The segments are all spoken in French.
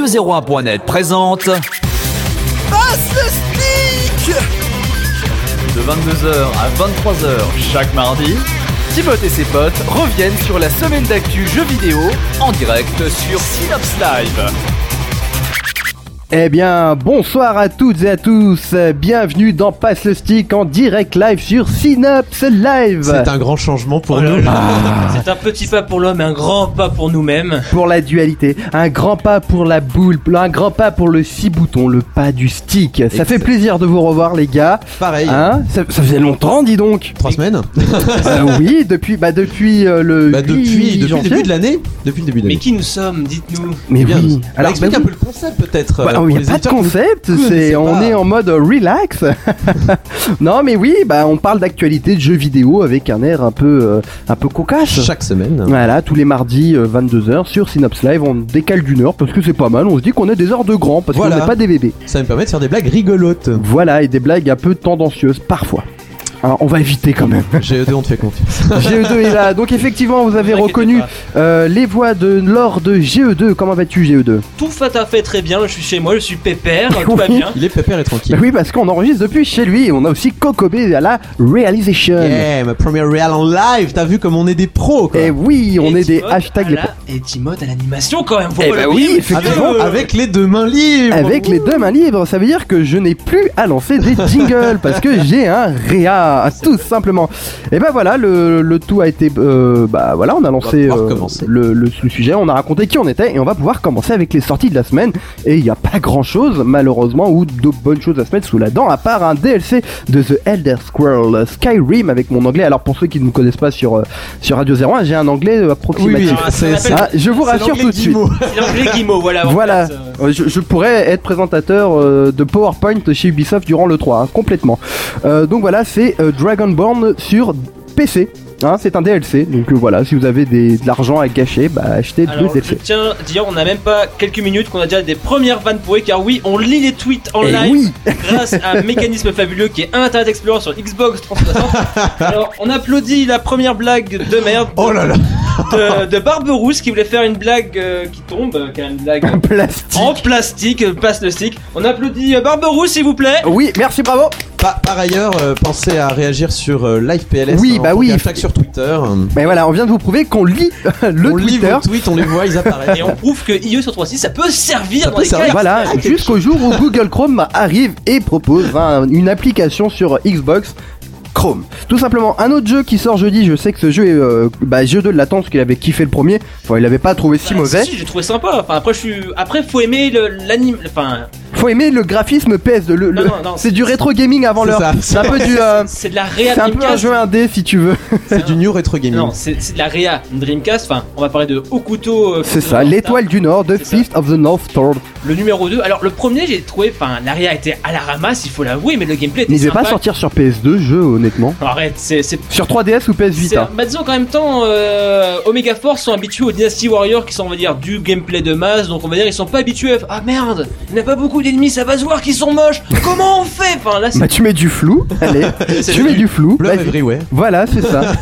Radio01.net présente Passe le SMIC de 22h à 23h chaque mardi. Timothée et ses potes reviennent sur la semaine d'actu jeux vidéo en direct sur Synops Live. Eh bien, bonsoir à toutes et à tous. Bienvenue dans Passe le Stick en direct live sur Synapse Live. C'est un grand changement pour Oh là nous. Ah. C'est un petit pas pour l'homme et un grand pas pour nous-mêmes. Pour la dualité, un grand pas pour la boule, un grand pas pour le six boutons, le pas du stick. Ça fait plaisir de vous revoir, les gars. Pareil. Hein ça, ça faisait longtemps, dis donc. Trois semaines Euh, oui, depuis, bah depuis euh, le. bah, 8 depuis, depuis le janvier. début de l'année Depuis le début de Mais l'année. qui nous sommes Dites-nous. Mais Eh Bien. oui. Alors explique bah un oui. peu le concept peut-être. Bah, euh, pour il n'y les a pas de auditeurs qui- concept, connaissez c'est pas. on est en mode euh, relax. non mais oui, bah on parle d'actualité de jeux vidéo avec un air un peu euh, un peu cocasse. Chaque semaine. Voilà, tous les mardis 22h sur Synops Live, on décale d'une heure parce que c'est pas mal, on se dit qu'on est des heures de grand parce Voilà. qu'on n'est pas des bébés. Ça me permet de faire des blagues rigolotes. Voilà, et des blagues un peu tendancieuses parfois. Alors, on va éviter quand même. GE2, on te fait confiance. GE2 est là. Donc effectivement, vous avez Ne vous inquiétez reconnu pas. euh, les voix de Laure de GE2. Comment vas-tu E GE2 Tout fait à fait très bien. Je suis chez moi, je suis pépère, tout va Oui. bien. Il est pépère et Bah tranquille. Oui, parce qu'on enregistre depuis chez lui et on a aussi Kokobé à la Realization. Yeah, ma première real en live. T'as vu comme on est des pros quoi. Et Eh oui, on Et est des Timode hashtags. à la- Et Timode à l'animation quand même. faut Eh pas bah le oui, dire. Avec, effectivement. Euh, avec les deux mains libres. Avec les deux mains libres, ça veut dire que je n'ai plus à lancer des jingles parce que j'ai un réa, tout simplement. Et ben voilà, le, le tout a été, euh, bah voilà, on a lancé pouvoir commencer. le, le, le sujet, on a raconté qui on était et on va pouvoir commencer avec les sorties de la semaine. Et il n'y a pas grand chose malheureusement ou de bonnes choses à se mettre sous la dent à part un DLC de The Elder Scrolls Skyrim avec mon anglais. Alors pour ceux qui ne me connaissent pas sur euh, sur Radio 01, j'ai un anglais euh, Oui, oui, approximatif. Ah, ça c'est- m'appelle- Ah, je vous c'est rassure l'anglais tout de suite. d'Imo. C'est l'anglais Guimau, voilà. en Voilà. fait, euh, Euh, Je, je pourrais être présentateur euh, de PowerPoint chez Ubisoft durant le 3, hein, complètement. Euh, donc voilà, c'est euh, Dragonborn sur PC. Hein, c'est un DLC, donc euh, voilà, si vous avez des, de l'argent à gâcher, bah achetez deux Alors, je DLC. tiens à dire, on a même pas quelques minutes qu'on a déjà des premières vannes pourries, car oui, on lit les tweets en Et live Eh oui, grâce à un mécanisme fabuleux qui est Internet Explorer sur Xbox 360. Alors, on applaudit la première blague de merde. Oh là là. de, de Barberousse qui voulait faire une blague euh, qui tombe, euh, qui a une blague un plastique. en plastique, euh, passe le stick. On applaudit euh, Barberousse s'il vous plaît. Oui, merci, bravo. Par, par ailleurs, euh, pensez à réagir sur euh, Live PLS. Oui, hein, bah on oui. fait Hashtag sur Twitter. Mais voilà, on vient de vous prouver qu'on lit le on lit Twitter. vos tweets, on les voit, ils apparaissent. Et on prouve que IE sur 3.6 ça peut servir Ça dans peut les cas servir. Voilà, jusqu'au jour où Google Chrome arrive et propose un- une application sur Xbox. Chrome. Tout simplement, un autre jeu qui sort jeudi, je sais que ce jeu est euh, bah, jeu 2 de l'attente parce qu'il avait kiffé le premier, enfin il l'avait pas trouvé si Bah, mauvais. Si, j'ai trouvé sympa. Enfin, après, je suis... après faut aimer le- l'anime. Enfin, Faut aimer le graphisme PS2, le, Non, le- non, non. c'est du rétro gaming avant C'est l'heure. ça. C'est un peu du... euh, c'est de la réa c'est un peu un Dreamcast. jeu indé si tu veux. C'est du New Retro Gaming. Non, c'est c'est de la réa Dreamcast. Enfin, on va parler de Okuto. euh, C'est Okuto ça, North l'étoile du Nord, The C'est ça. Fist of the North Sword. Star, Le numéro 2. Alors, le premier, j'ai trouvé. Enfin, la réa était à la ramasse, il faut l'avouer, mais le gameplay était. Mais je vais sympa. pas sortir sur PS2, jeu honnêtement. Arrête, c'est c'est Sur 3DS ou PS C'est- Vita. Bah disons qu'en même temps, euh, Omega Force sont habitués aux Dynasty Warriors qui sont, on va dire, du gameplay de masse, donc on va dire, ils sont pas habitués à. Ah merde, il n'y a pas beaucoup d'ennemis, ça va se voir qu'ils sont moches, comment on fait Enfin là, c'est. Bah tu mets du flou, allez. C'est tu mets du flou. Blur vas-y. everywhere. Voilà, c'est ça.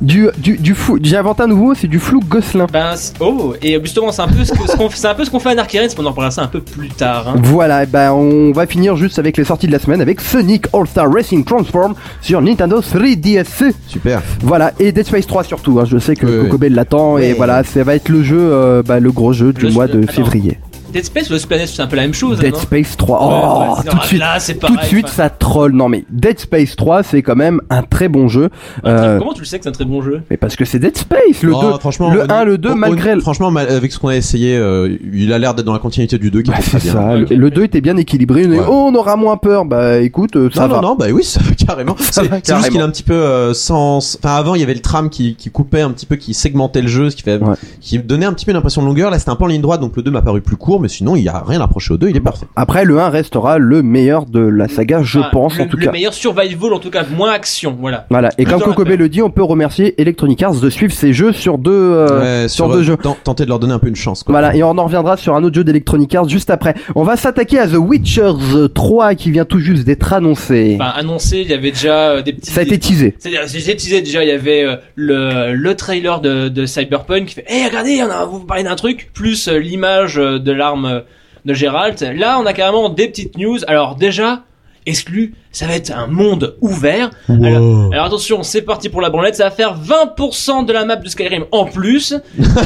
du, du, du flou. J'ai inventé un nouveau mot, c'est du flou gosselin. Ben, c'est- oh, et justement, c'est un peu ce que- ce qu'on c'est un peu ce qu'on fait à Narc Irens, mais on en parlera ça un peu plus tard. hein. Voilà, et ben on va finir juste avec les sorties de la semaine avec Sonic All-Star Racing Transform sur Nintendo 3DS. Super. Voilà, et Dead Space 3 surtout. hein. Je sais que Oui, oui. Kokobel l'attend et Oui. voilà, ça va être le jeu, euh, bah, le gros jeu du Le- mois de attends. février. Dead Space ou Lost Planet, c'est un peu la même chose, hein, Dead non Space 3. Ouais, Oh, ouais, c'est- tout de suite. Là, c'est pareil. Tout de suite, enfin, ça troll. Non mais Dead Space 3, c'est quand même un très bon jeu. Euh, Comment tu le sais que c'est un très bon jeu mais parce que c'est Dead Space, le Oh, 2. franchement, le au- 1, le 2, au- au- malgré le- Franchement, mal- avec ce qu'on a essayé, euh, il a l'air d'être dans la continuité du 2 qui Bah, était c'est très bien. ça, Ok. le- le 2 était bien équilibré. on est, Ouais. Oh, on aura moins peur. Bah écoute, euh, ça non, va. non, non, bah oui, ça, carrément. C'est va, c'est carrément. juste qu'il est un petit peu euh, sans. Enfin, avant, il y avait le tram qui, qui coupait un petit peu, qui segmentait le jeu, ce qui fait, Ouais. qui donnait un petit peu l'impression de longueur. Là, c'était un peu en ligne droite, donc le 2 m'a paru plus court, mais sinon, il y a rien à reprocher au 2, il est parfait. Après, le 1 restera le meilleur de la saga, je Enfin, pense le, en tout le cas. meilleur survival, en tout cas, moins action, voilà. Voilà. Et comme dans la Kokobé paix. le dit, on peut remercier Electronic Arts de suivre ces jeux sur deux. euh, Ouais, sur deux jeux. ten- Tenter de leur donner un peu une chance. Quoi. Voilà, et on en reviendra sur un autre jeu d'Electronic Arts juste après. On va s'attaquer à The Witcher 3 qui vient tout juste d'être annoncé. Enfin, annoncé, il y avait déjà euh, des petits. Ça a été teasé. C'est-à-dire, j'ai j'ai teasé déjà, il y avait euh, le, le trailer de, de Cyberpunk qui fait Eh, regardez, on a, vous parlez d'un truc !» Plus euh, l'image euh, de la l'arme de Geralt. Là, on a carrément des petites news. Alors déjà, exclu, ça va être un monde ouvert. Alors, alors attention, c'est parti pour la branlette. Ça va faire 20% de la map de Skyrim en plus.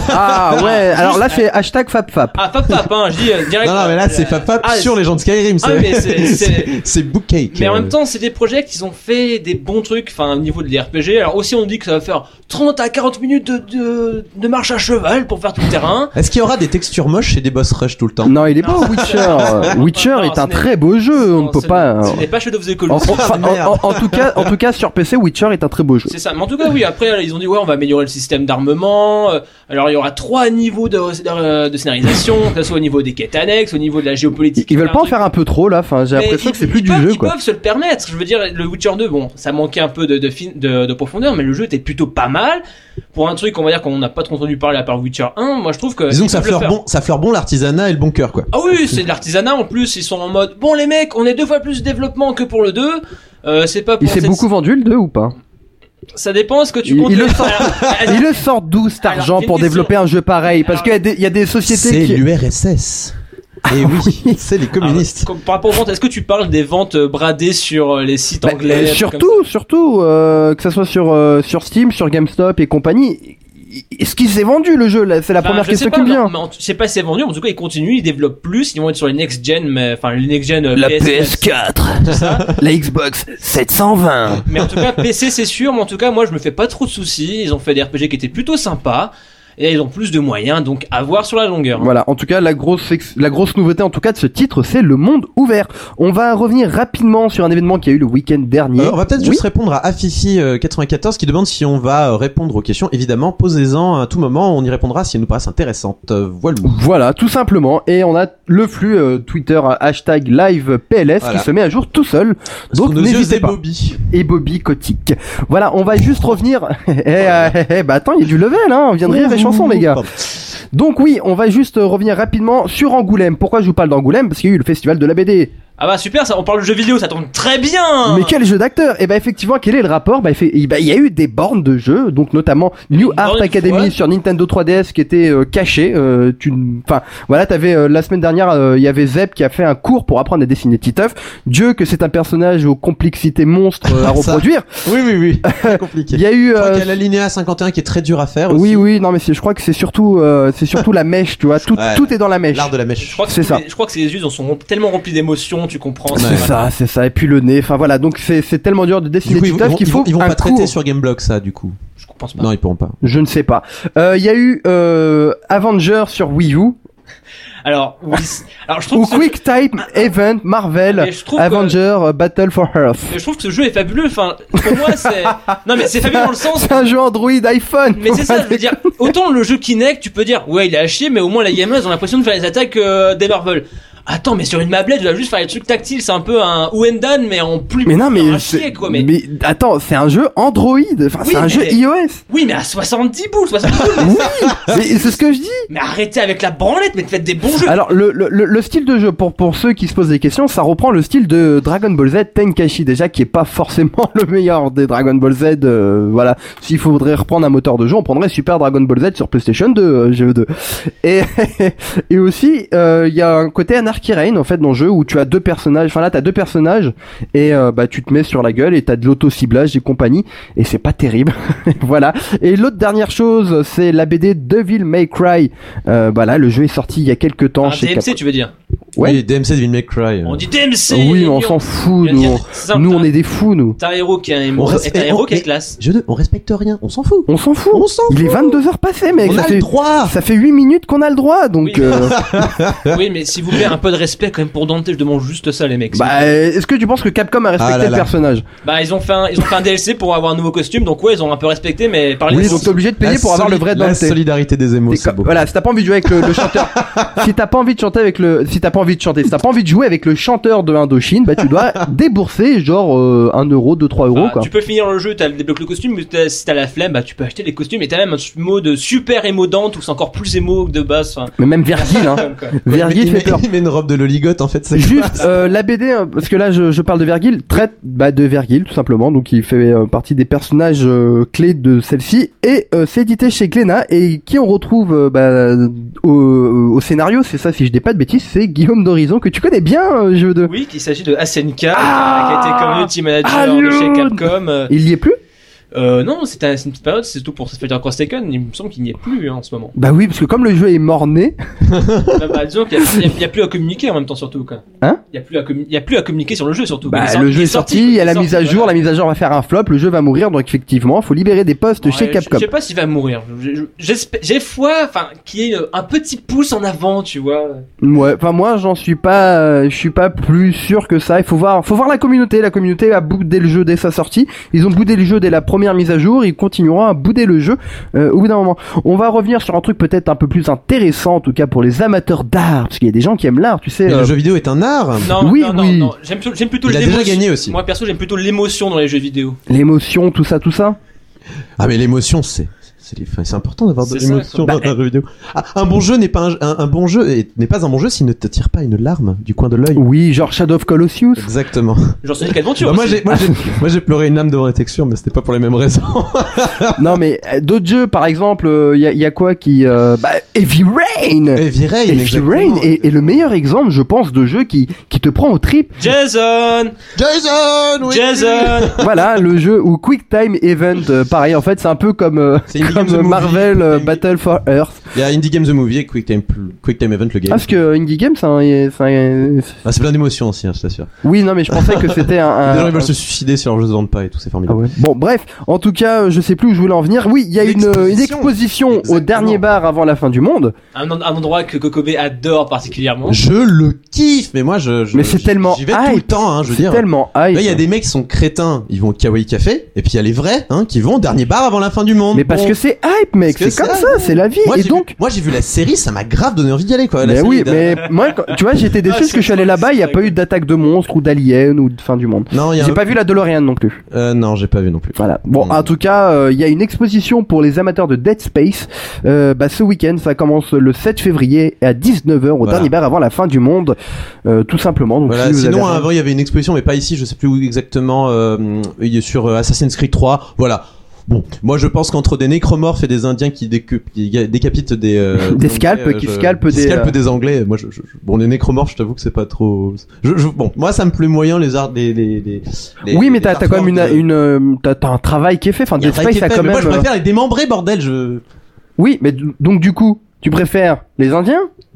Ah ouais, alors là c'est hashtag FabFap. Ah, fab fab, hein, je dis euh, direct. Ah, Non, non, mais là, c'est pas Fab Fab sur les gens de Skyrim. Ah, mais c'est- c'est- c'est- c'est euh. bookcake. Mais en même temps, c'est des projets qui ont fait des bons trucs, enfin, au niveau de l'RPG. Alors aussi, on dit que ça va faire 30 à 40 minutes de, de, de marche à cheval pour faire tout le terrain. Est-ce qu'il y aura des textures moches et des boss rush tout le temps Non, il est Non, beau c'est- Witcher. Witcher Non, est ce un n'est- très beau jeu, Euh, on ne Non, peut ce pas. n'est- Ce n'est pas Shadow of the En, Colossus. en- en- en- en tout cas, en tout cas, sur PC, Witcher est un très beau jeu. C'est ça. Mais en tout cas, oui, après, ils ont dit, ouais, on va améliorer le système d'armement. Euh, Alors, il y aura trois niveaux de, de, de scénarisation, que ce soit au niveau des quêtes annexes, au niveau de la Ils, géopolitique. ils veulent pas en etc. faire un peu trop là. Enfin, j'ai Mais l'impression ils- que c'est ils plus du peuvent- jeu Ils quoi. peuvent se le permettre. Je veux dire, le Witcher 2, bon, ça manquait un peu de, de, fin- de, de profondeur, mais le jeu était plutôt pas mal. Pour un truc, on va dire qu'on n'a pas trop entendu parler à part Witcher 1, moi je trouve que. Disons ils que ça peuvent le fleure faire. bon, ça fleure bon l'artisanat et le bon cœur, quoi. Ah oui, c'est de l'artisanat en plus. Ils sont en mode, bon les mecs, on est deux fois plus de développement que pour le 2. Euh, c'est pas pour Il s'est cette- beaucoup vendu le 2 ou pas Ça dépend ce que tu Il- comptes. Ah, il le sent. Alors, Ils le sortent d'où cet Alors, argent une pour question. développer un jeu pareil Parce Alors, qu'il y a des- il y, a des sociétés C'est qui. Ah l'URSS. Et oui, c'est les Alors, communistes. Ah, comme- par rapport aux ventes, est-ce que tu parles des ventes bradées sur euh, les sites Bah, anglais euh, des trucs comme surtout, surtout euh, que ça soit sur euh, sur Steam, sur GameStop et compagnie. Est-ce qu'il s'est vendu le jeu là C'est la ça Enfin, première Bah, je sais question pas, qui me mais- vient. mais en- Je sais pas si c'est vendu, mais en tout cas ils continuent, ils développent plus, ils vont être sur les next gen, mais enfin les next gen. euh, la Xbox 720. Mais en tout cas PC c'est sûr, mais en tout cas moi je me fais pas trop de soucis. Ils ont fait des RPG qui étaient plutôt sympas et là, ils ont plus de moyens, donc à voir sur la longueur. Voilà, en tout cas, la grosse, ex- la grosse nouveauté en tout cas de ce titre, c'est le monde ouvert. On va revenir rapidement sur un événement qui a eu le week-end dernier. Euh, on va peut-être Oui. juste répondre à Afifi94 qui demande si on va euh, répondre aux questions. Évidemment, posez-en à tout moment, on y répondra si elles nous paraissent intéressantes. Euh, Voilà. Voilà, tout simplement. Et on a le flux euh, Twitter euh, hashtag live PLS Voilà. qui se met à jour tout seul. Donc Donc nos yeux n'hésitez et pas. Bobby. Et Bobby Kotick. Voilà, on va juste revenir. Eh, euh, eh, bah attends, il y a du level, hein. On vient de rire et chansons, les gars. Pardon. Donc oui, on va juste euh, revenir rapidement sur Angoulême. Pourquoi je vous parle d'Angoulême Parce qu'il y a eu le festival de la BD. Ah bah super, ça, on parle de jeux vidéo, ça tombe très bien. Mais quel jeu d'acteur Et bah effectivement, quel est le rapport Bah effe- eh ben, il y a eu des bornes de jeux, donc notamment New Une Art borne, Academy ouais. sur Nintendo 3DS qui était euh, caché. euh, tu, n- enfin voilà, t'avais euh, la semaine dernière, euh, il y avait Zeb qui a fait un cours pour apprendre à dessiner Titeuf. Dieu que c'est un personnage aux complexités monstres euh, à Ça. reproduire. Oui, oui, oui. C'est Il compliqué. y a eu Je crois euh, qu'il y a l'alinéa 51 qui est très dur à faire. oui, aussi. oui, non mais c'est- je crois que c'est surtout, euh, c'est surtout la mèche, tu vois, tout, Ouais. tout est dans la mèche. L'art de la Je mèche. crois que C'est tous ça. les- Je crois que ces yeux sont rem- tellement remplis d'émotions, tu comprends. C'est Ouais. ça, c'est ça. Et puis le nez, enfin voilà. Donc c'est c'est tellement dur de Du dessiner coup, ils, du taf vont, qu'il ils faut vont- ils vont un pas traiter cours. sur Gameblock ça, du coup. Je pense pas. Non, ils pourront pas. Je ne sais pas. Euh, Il y a eu euh, Avengers sur Wii U Alors, oui, c'est- alors je trouve ou que ce- Quick Time Event Marvel mais Ah, je trouve que- Avenger euh, Battle for Earth. mais je trouve que ce jeu est fabuleux. Enfin, pour moi, c'est non mais c'est fabuleux dans le sens. C'est un jeu Android iPhone. Mais c'est ça, je veux dire. Autant le jeu Kinect, tu peux dire ouais, il est à chier, mais au moins la gameuse ont l'impression de faire les attaques euh, des Marvel. Attends, mais sur une mablette, tu vas juste faire les trucs tactiles. C'est un peu un Uendan, mais en plus. Mais non, mais, à c'est- chier, quoi, mais... mais attends, c'est un jeu Android. Enfin, Oui, c'est un mais- jeu iOS. Oui, mais à 70 boules, 70 boules. mais- Oui, Ah. c'est c'est ce que je dis. mais arrêtez avec la branlette, mais faites des bons jeux. Alors le, le, le- le style de jeu pour pour ceux qui se posent des questions, ça reprend le style de Dragon Ball Z Tenkaichi déjà qui est pas forcément le meilleur des Dragon Ball Z euh, voilà, s'il faudrait reprendre un moteur de jeu, on prendrait Super Dragon Ball Z sur PlayStation 2 euh, GE2. Et et aussi euh, il y a un côté Anarchy Reign en fait dans le jeu où tu as deux personnages, enfin là tu as deux personnages et euh, bah tu te mets sur la gueule et tu as de l'auto ciblage et compagnie et c'est pas terrible. voilà. Et l'autre dernière chose, c'est la BD Devil May Cry. Euh, bah là, le jeu est sorti il y a quelques temps Ah, Un chez DMC, tu veux dire Ouais. Oui, DMC Devil May Cry. euh. On dit DMC. Capcom. Oui, mais on et s'en fout, Il y a- il y a- nous. c'est on- ça, Nous, t'as- on est des fous, nous. T'as un héros qui a un, On reste- t'as un et héros on- qui est et- classe. Jeu 2, on respecte rien, on s'en fout. On s'en fout. On s'en fout. Il est 22h passé, mec. On ça, a le fait, droit. ça fait 8 minutes qu'on a le droit, donc... Oui. euh, oui, mais s'il vous plaît, un peu de respect quand même pour Dante, je demande juste ça, les mecs. bah, euh, est-ce que tu penses que Capcom a respecté Ah là le là. personnage Bah, ils ont fait un, ils ont fait un DLC pour avoir un nouveau costume, donc ouais, ils ont un peu respecté, mais parlez Oui, donc t'es obligé de payer La pour avoir le vrai soli- La Dante. solidarité des émotions. T'es c'est comme- beau. Voilà, si t'as pas envie de jouer avec le, le chanteur, si t'as pas envie de chanter avec le, si t'as pas envie envie de chanter, si t'as pas envie de jouer avec le chanteur de Indochine, bah tu dois débourser genre euh, 1 euro, 2, Ah, 3 euros Bah, quoi. tu peux finir le jeu, t'as débloques le costume, mais t'as- si t'as la flemme, bah tu peux acheter les costumes et t'as même un mode super émodante où c'est encore plus émo que de base. Enfin, Mais même Vergil, hein. Vergil il, met, fait peur. il met une robe de loligote en fait. c'est Juste euh, la BD, hein, parce que là je, je parle de Vergil, traite bah, de Vergil tout simplement, donc il fait euh, partie des personnages euh, clés de celle-ci et euh, c'est édité chez Glénat et qui on retrouve euh, bah, au, au scénario, c'est ça si je dis pas de bêtises, c'est Guillaume d'Horizon que tu connais bien, euh, jeu de. oui, qu'il s'agit de SNK, Ah qui a été community manager Ah, de chez Lyon Capcom. Euh, Il y est plus euh, non, c'était un- c'est une petite période, c'est tout pour Fighter Cross Taken. Il me semble qu'il n'y est plus hein, en ce moment. Bah oui, parce que comme le jeu est mort-né, bah, bah, disons qu'il n'y a, plus à communiquer en même temps surtout quoi. Hein Il n'y a plus à commu- il y a plus à communiquer sur le jeu surtout. Bah, Il est sorti- le jeu il est sorti, il y a la mise à jour, la mise à jour va faire un flop, le jeu va mourir, donc effectivement, faut libérer des postes de chez Capcom. Je sais pas s'il va mourir. Je- je- j'espère- J'ai foi, enfin, qu'il y ait euh, un petit pouce en avant, tu vois. Ouais, enfin moi j'en suis pas, euh, je suis pas plus sûr que ça. Il faut voir, faut voir la communauté. La communauté a boudé le jeu dès sa sortie. Ils ont boudé le jeu dès la première mise à jour. Ils continueront à bouder le jeu euh, au bout d'un moment. On va revenir sur un truc peut-être un peu plus intéressant, en tout cas pour les amateurs d'art, parce qu'il y a des gens qui aiment l'art, tu sais. Mais euh, le jeu vidéo est un art. Non, Oui, non, non, oui. non. J'aime plutôt- j'aime plutôt Il a déjà l'émotion- gagné aussi. Moi perso, j'aime plutôt l'émotion dans les jeux vidéo. L'émotion, tout ça, tout ça. Ah mais l'émotion c'est c'est les- enfin, c'est important d'avoir de C'est ça, Bah, eh. l'émotion quoi. dans un jeu vidéo. Ah, un bon jeu n'est pas un, jeu- un- un bon jeu et n'est pas un bon jeu s'il ne te tire pas une larme du coin de l'œil. Oui, genre Shadow of Colossus. Exactement. Genre Sonic Adventure. Bah, moi aussi. j'ai moi j'ai moi j'ai pleuré une lame devant les textures mais c'était pas pour les mêmes raisons. non mais euh, d'autres jeux, par exemple, il y, a, y a quoi qui, euh, bah, Heavy Rain. Heavy Rain. Heavy exactement. Rain est, est le meilleur exemple, je pense, de jeu qui, qui te prend au trip. Jason, Jason. oui. Jason. voilà, le jeu ou Quick Time Event, euh, pareil, en fait, c'est un peu comme, euh, C'est Indie comme Games the Movie. Marvel euh, Battle for Earth. Il y a Indie Game the Movie et Quick Time Pl- Quick Time Event le Ah, game. parce que Indie Game, c'est un, c'est un- Ah, c'est plein d'émotions aussi hein, je t'assure. Oui, non, mais je pensais que c'était un... un- Les gens ils veulent se suicider si leur jeu se vend pas et tout c'est Ah formidable. ouais. Bon, bref, en tout cas, euh, je sais plus où je voulais en venir. Oui, il y a une, euh, une exposition au Exactement. dernier bar avant la fin du monde, un, en- un endroit que Kokobe adore particulièrement. Je le kiffe mais moi je, je- Ah Mais c'est j'y- tellement j'y vais tout le hype. temps hein je veux C'est dire. tellement hype. Là, il y a des mecs qui sont crétins, ils vont au Kawaii Café, et puis il y a les vrais, hein, qui vont au dernier bar avant la fin du monde. Mais parce Bon. que c'est hype, mec, Parce que c'est comme c'est ça, c'est la vie. moi, Et j'ai donc, vu, moi j'ai vu la série, ça m'a grave donné envie d'y aller, quoi. La Mais série oui, d'un- mais moi, quand- tu vois, j'étais déçu Ah, parce c'est que je suis allé vrai, là-bas, il n'y a c'est pas vrai. eu d'attaque de monstres ou d'aliens ou de fin du monde. Non, il y a J'ai un- pas vu la DeLorean non plus. Euh, non, j'ai pas vu non plus. Voilà. Bon, Mm. en tout cas, euh, il y a une exposition pour les amateurs de Dead Space. Euh, bah, ce week-end, ça commence le 7 février à 19h au Voilà. dernier bar avant la fin du monde, euh, tout simplement. Donc, Voilà, si vous avez sinon rien- avant il y avait une exposition mais pas ici, je sais plus où exactement euh, il est sur euh, Assassin's Creed 3. Voilà. Bon, moi je pense qu'entre des nécromorphes et des indiens qui, décu- qui ga- décapitent des euh, Des scalpes, qui je- scalpent des, scalpent euh, des anglais, moi je, je- je- bon les nécromorphes, je t'avoue que c'est pas trop je, je- bon, moi ça me plaît moyen les arts des des des des- oui, mais des t'as t'as quand même une, artworks de- une euh, t'as t'as un travail qui est fait. Enfin, Il y a Dead un Space qui est a fait, quand mais même. moi je euh, préfère les démembrer bordel, je Oui, mais d- donc du coup, tu préfères les Indiens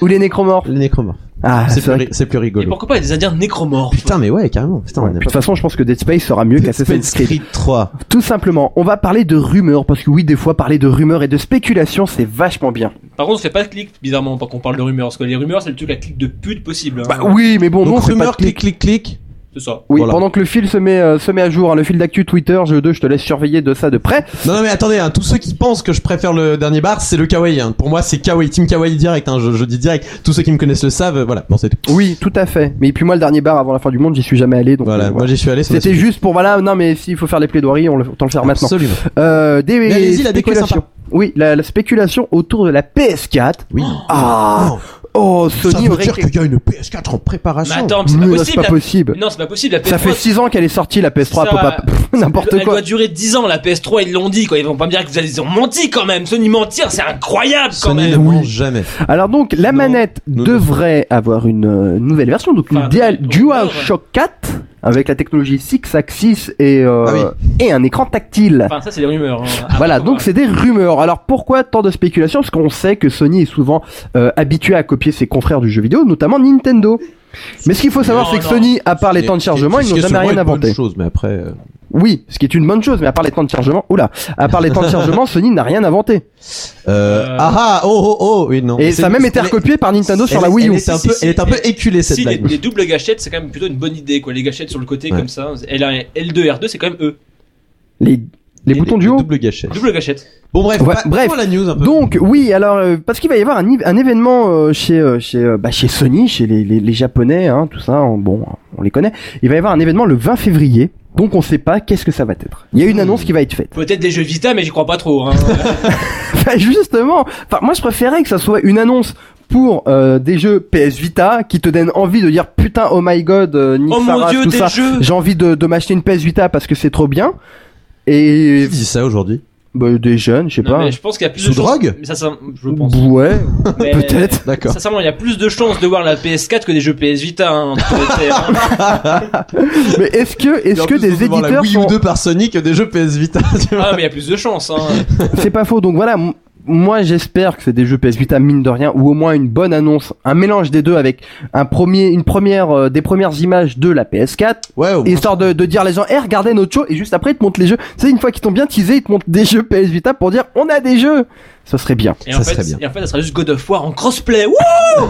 ou les nécromorphes les nécromorphes. Ah, c'est c'est plus, vrai. ri- c'est plus Et rigolo. pourquoi pas des Indiens nécromorphes Putain mais ouais, carrément. Putain, Ouais, on puis a De toute pas- façon, je pense que Dead Space sera mieux qu'Assassin's Assassin's Creed. hein. Creed 3. Tout simplement, on va parler de rumeurs, parce que oui, des fois, parler de rumeurs et de spéculation, c'est vachement bien. Par contre, on fait pas de clic, bizarrement, quand on parle de rumeurs, parce que les rumeurs, c'est le truc la clic de pute possible. hein. Bah oui, mais bon, non, Donc c'est pas rumeur de clic. clic clic clic. C'est ça. Oui, Voilà. pendant que le fil se met, euh, se met à jour, hein, le fil d'actu Twitter, jeu 2, je te laisse surveiller de ça de près. Non, non, mais attendez, hein, tous ceux qui pensent que je préfère le dernier bar, c'est le kawaii. Hein. Pour moi, c'est kawaii, team kawaii direct. Hein, je, je dis direct. Tous ceux qui me connaissent le savent. euh, Voilà, bon, c'est tout. Oui, tout à fait. Mais puis moi, le dernier bar avant la fin du monde, j'y suis jamais allé, donc Voilà, euh, moi voilà. j'y suis allé. ça m'a C'était suffi. juste pour, voilà, non, mais s'il faut faire les plaidoiries, on le, autant le faire maintenant. Absolument. Euh, des Mais allez-y, la déco est spéculations. sympa. Oui, la, la spéculation autour de la PS4. Oui. Ah, oh, ça Sony veut aurait dire quelque- qu'il y a une PS4 en Mais préparation. attends, mais c'est Mais pas non, possible. la- possible. Non, c'est pas possible. La PS3, Ça fait 6 ans qu'elle est sortie la PS3, Ça- peut pas- pff, n'importe elle quoi. doit durer 10 ans. La PS3, ils l'ont dit. Quoi. Ils vont pas me dire que vous allez- ils ont menti quand même. Sony mentir, c'est incroyable quand Sony ne même. ment jamais. Alors donc la Non, manette non, devrait avoir une euh, nouvelle version, donc une Enfin, Dual, on DualShock 4 avec la technologie 6 axis et euh, Ah oui. et un écran tactile. Enfin, ça, c'est les rumeurs. hein. Après, voilà, faut donc voir. c'est des rumeurs. Alors pourquoi tant de spéculations Parce qu'on sait que Sony est souvent euh, habitué à copier ses confrères du jeu vidéo, notamment Nintendo. Mais ce qu'il faut savoir, Non, c'est que non. Sony, à part Ah, les temps de chargement, ils n'ont jamais rien inventé. Chose, mais après, euh, Oui, ce qui est une bonne chose, mais à part les temps de chargement, oula, à part les temps de chargement, Sony n'a rien inventé. euh, ah ah, oh oh oh, oui non. Et C'est- ça a même c'est- été elle- recopié par Nintendo sur elle- la Wii Elle U. est un Si, peu, si, elle est un si. peu éculée cette Si, les, blague. les doubles gâchettes, c'est quand hein. même plutôt une bonne idée. Quoi. Les gâchettes sur le côté, Ouais. comme ça. L1 et L2 R2, c'est quand même eux. Les Les Et boutons les- du les haut. Double gâchette. Double gâchette. Bon bref, Ouais, pa- bref. passons à la news un peu. Donc oui, alors euh, parce qu'il va y avoir un, i- un événement euh, chez euh, chez euh, bah, chez Sony, chez les, les, les japonais, hein, tout ça. on- bon, on les connaît. Il va y avoir un événement le 20 février. Donc on sait pas qu'est-ce que ça va être. Il y a une annonce qui va être faite. Peut-être des jeux Vita, mais j'y crois pas trop. Hein. Enfin, justement, enfin moi je préférais que ça soit une annonce pour euh, des jeux PS Vita qui te donnent envie de dire putain oh my god euh, Nick oh mon Sarah, dieu, tout des ça. jeux. J'ai envie de, de m'acheter une PS Vita parce que c'est trop bien. Et Qui dit ça aujourd'hui bah, des jeunes, je sais pas. Non, mais je pense qu'il y a plus Sous de chances- drogue Mais ça, ça, je pense. Ouais, Mais- peut-être. D'accord. Sincèrement, il y a plus de chances de voir la PS4 que des jeux PS Vita. Hein, en toute vérité, hein. Mais est-ce que Et en est-ce que plus, on des peut voir la éditeurs Wii sont ou 2 par Sonic des jeux PS Vita. tu vois. Ah, mais il y a plus de chances. Hein. C'est pas faux. Donc voilà, m- moi j'espère que c'est des jeux PS Vita mine de rien ou au moins une bonne annonce, un mélange des deux avec un premier, une première, euh, des premières images de la PS4, Ouais, au moins. histoire de, de dire à les gens, eh, regardez notre show et juste après ils te montrent les jeux. Tu sais, une fois qu'ils t'ont bien teasé, ils te montrent des jeux PS Vita pour dire on a des jeux. Ça serait bien. Et, Ça en fait, serait bien. et en fait, ça sera juste God of War en crossplay. Wouh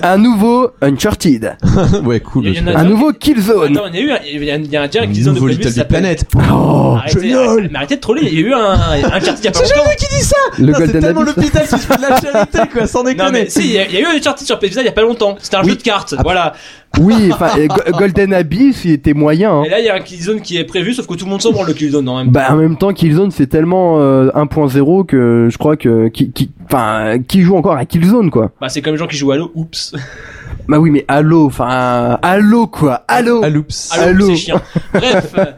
Un nouveau Uncharted, ouais, cool. Il y en a- un nouveau Killzone. Attends, il y a eu un- il y a, il y a un direct qui Un disait de Oh, nouveau prévu, Little ça Big s'appelle- Planet. Oh, Arrêtez, génial. arrêtez- mais arrêtez de troller, il y a eu un, un Uncharted il y a pas C'est longtemps. jamais qui dit ça le Putain, C'est Golden tellement Abyss. l'hôpital qui se fait de la charité, quoi, sans Non déconner. mais si, il y, a- il y a eu un Uncharted sur PS Vita il y a pas longtemps. C'était un Oui. jeu de cartes, Ah, voilà. Oui, enfin et Go- Golden Abyss, il était moyen. hein. Et là il y a un Killzone qui est prévu, sauf que tout le monde s'en branle le Killzone en même temps. Bah en même temps Killzone c'est tellement euh, 1.0 que je crois que qui qui enfin qui joue encore à Killzone quoi. Bah c'est comme les gens qui jouent à l'eau, oups. Bah oui mais allô enfin allô quoi allô. Ah, loops. À Allô. l'eau, c'est chiant. Bref, euh,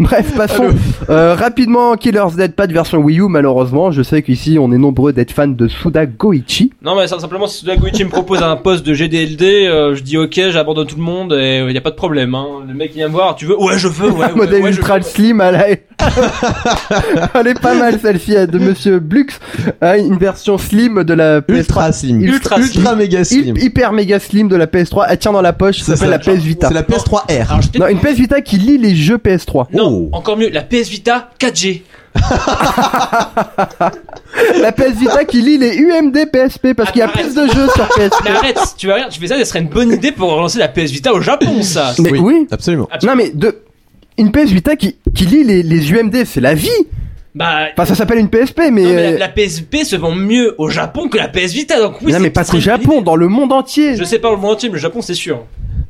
Bref passons Euh, rapidement Killer's Dead pas de version Wii U malheureusement je sais qu'ici on est nombreux d'être fans de Suda Goichi. non mais ça, simplement si Suda Goichi me propose un poste de GDLD, euh, je dis ok, j'abandonne tout le monde et il y a pas de problème. Hein. Le mec il vient me voir, tu veux Ouais je veux, ouais. Un ouais, modèle ouais, je ultra veux. slim à la... Elle est pas mal celle-ci de Monsieur Blux hein, une version slim de la PS3 Ultra slim. Ultra slim. Ultra méga slim. Hy- hyper méga slim de la PS3 elle tient dans la poche ça C'est s'appelle ça. la PS Vita. C'est la PS3R. Alors je t'ai- Non, une PS Vita qui lit les jeux PS3. Non, Oh. encore mieux, la PS Vita 4G. La PS Vita qui lit les UMD PSP parce qu'il y a Arrête. plus de jeux sur PSP. Mais arrête, tu vas rien, tu fais ça, ça serait une bonne idée pour relancer la PS Vita au Japon ça. Mais oui. Absolument. Non mais de une PS Vita qui, qui lit les, les UMD, c'est la vie. Bah Enfin ça s'appelle une PSP mais, Non, mais euh, la, la PSP se vend mieux au Japon que la PS Vita, donc oui. non c'est- mais pas c'est qu'au une Japon, idée. dans le monde entier. Je sais pas où le monde entier, mais le Japon c'est sûr.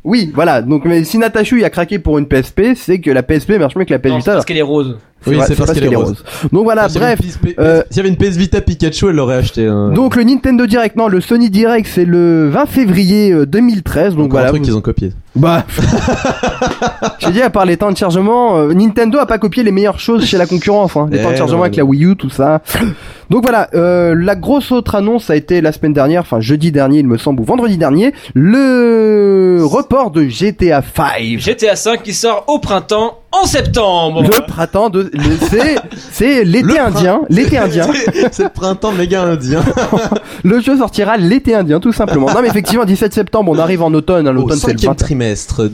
Oui, voilà. Donc mais si Natachu a craqué pour une PSP, c'est que la PSP marche mieux que la PS Non, c'est Vita. parce qu'elle est rose. Oui, vrai, c'est parce qu'elle est rose. Donc voilà, S'il y avait bref. une PS P- euh, S'il y avait une PS Vita Pikachu, elle l'aurait acheté. hein. Donc le Nintendo Direct, non, le Sony Direct, c'est le 20 février euh, 2013. Donc Encore voilà. un truc vous- qu'ils ont copié. Bah. J'ai dit, à part les temps de chargement, euh, Nintendo a pas copié les meilleures choses chez la concurrence. Hein. Les Eh temps de chargement non, avec non. la Wii U, tout ça. Donc voilà, euh, la grosse autre annonce a été la semaine dernière, enfin jeudi dernier, il me semble, ou vendredi dernier, le report de GTA 5. GTA V qui sort au printemps en septembre. Le printemps de, le- c'est, c'est l'été Le indien, l'été indien. C'est le printemps méga indien. Le jeu sortira l'été indien, tout simplement. Non, mais effectivement, 17 septembre, on arrive en automne, hein, Au l'automne c'est le cinquième printemps. trimestre. de-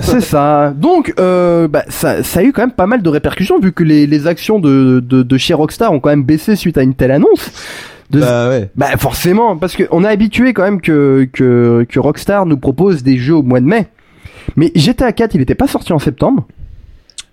C'est ça. Donc, euh, bah, ça, ça a eu quand même pas mal de répercussions vu que les, les actions de, de, de chez Rockstar ont quand même baissé suite à une telle annonce. De- bah. Bah ouais. forcément, parce qu'on est habitué quand même que, que, que Rockstar nous propose des jeux au mois de mai. Mais GTA 4, il était pas sorti en septembre.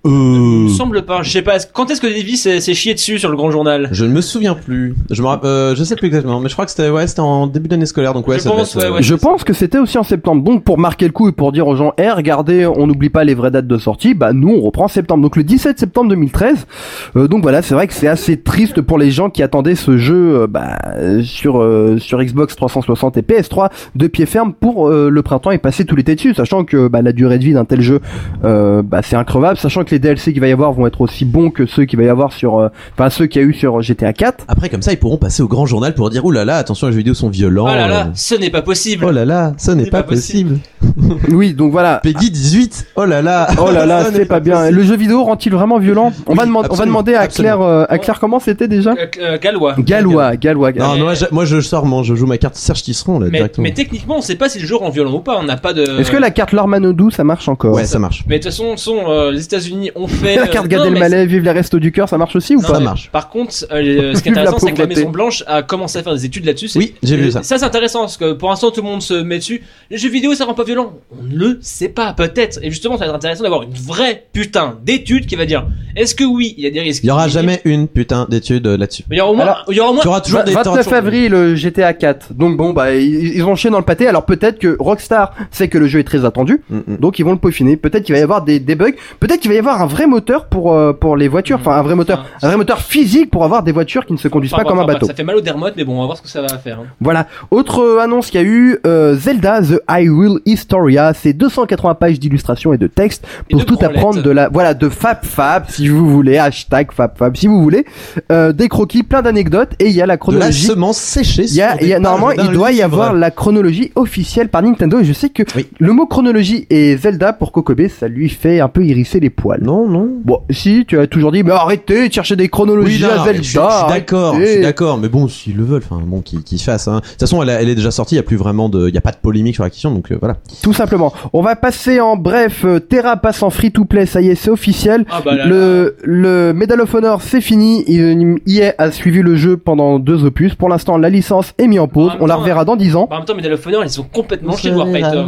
Il Euh, me semble pas. Je sais pas. Quand est-ce que Davis s'est s'est chié dessus sur le grand journal Je ne me souviens plus. Je me rapp- euh, je sais plus exactement, mais je crois que c'était ouais, c'était en début d'année scolaire, donc ouais. Je ça devait pense, être, euh, Ouais, Je c'est pense que c'était aussi en septembre. Donc pour marquer le coup et pour dire aux gens, eh regardez, on n'oublie pas les vraies dates de sortie, bah nous on reprend septembre. Donc le 17 septembre 2013. Euh, donc voilà, c'est vrai que c'est assez triste pour les gens qui attendaient ce jeu euh, bah, euh, sur euh, sur Xbox 360 et PS3 de pied ferme pour euh, le printemps et passer tout l'été dessus, sachant que bah, la durée de vie d'un tel jeu, euh, bah, c'est increvable, sachant que les DLC qu'il va y avoir vont être aussi bons que ceux qu'il va y avoir sur, euh, enfin ceux qu'il y a eu sur GTA 4. Après, comme ça, ils pourront passer au grand journal pour dire, oulala, là là, attention, les jeux vidéo sont violents. Oh là là, euh, ce n'est pas possible. Oh là là, ça n'est C'est pas, pas possible. possible. Oui, donc voilà. Peggy 18. Oh là là. Oh là là, Ça c'est n'est pas bien. Le jeu vidéo rend-il vraiment violent on, Oui, va demander, on va absolument, demander à absolument. Claire, euh, à Claire comment c'était déjà Euh, euh, Galois. Oh, Galois, Galois. Non, non, moi, je, moi, je sors, mon, je joue ma carte Serge Tisseron là Mais, directement. mais techniquement, on sait pas si le jeu rend violent ou pas. On n'a pas de. Est-ce que la carte Lormanodou ça marche encore euh, ouais, ça marche. Mais de toute façon, sont euh, les États-Unis États-Unis ont fait. la euh, carte non, Gad mais Elmaleh, vive les restos du cœur, ça marche aussi ou Non, pas Ça mais marche. Par contre, euh, ce qui est Vive la intéressant, c'est que la pauvreté. Maison Blanche a commencé à faire des études là-dessus. c'est- Oui, j'ai vu ça. Ça, c'est intéressant parce que pour l'instant, tout le monde se met dessus. Les jeux vidéo, ça rend pas violent. On ne le sait pas, peut-être. Et justement, ça va être intéressant d'avoir une vraie putain d'étude qui va dire est-ce que oui, il y a des risques Il y aura jamais une putain d'étude euh, là-dessus. Mais il y aura au moins, Alors- il y aura au moins Tu auras toujours des t'auras 29 toujours- avril euh, GTA 4. Donc bon bah ils, ils ont chié dans le pâté. Alors peut-être que Rockstar sait que le jeu est très attendu, Mm, mm. donc ils vont le peaufiner. Peut-être qu'il va y avoir des, des bugs. Peut-être qu'il va y avoir un vrai moteur pour euh, pour les voitures. Enfin un vrai moteur, un Enfin, vrai moteur physique pour avoir des voitures qui ne se conduisent Enfin, pas comme bref, un bref, bateau. Ça fait mal au Dermot, mais bon, on va voir ce que ça va faire. hein. Voilà. Autre euh, annonce qu'il y a eu euh, Zelda The Hyrule Historia. C'est 280 pages d'illustrations et de textes Et pour de tout branlettes. apprendre de la voilà de Fab Fab si vous voulez hashtag Fab Fab si vous voulez Euh, des croquis, plein d'anecdotes et il y a la De la chronologie. semence séchée. Il y a, sur des il y a- pages normalement, d'un il doit y livre. avoir la chronologie officielle par Nintendo et je sais que Oui. le mot chronologie et Zelda pour Kokobe, ça lui fait un peu hérisser les poils. Non, non. Bon, si tu as toujours dit, mais arrêtez de chercher des chronologies non, à non, Zelda. je suis- je suis d'accord, je arrêtez. suis d'accord, mais bon, s'ils le veulent, enfin bon, qu'ils qu'ils fassent. hein. De toute façon, elle, a- elle est déjà sortie, il y a plus vraiment de, il y a pas de polémique sur la question, donc euh, voilà. Tout simplement. On va passer en bref. euh, Terra passe en free to play, ça y est, c'est officiel. Ah bah là, le, le Medal of Honor, c'est fini. Il- EA a suivi le jeu pendant deux opus. Pour l'instant, la licence est mise en pause. En même On la temps, reverra dans dix ans. En même temps, Medal of Honor, ils sont complètement chez Warfighter.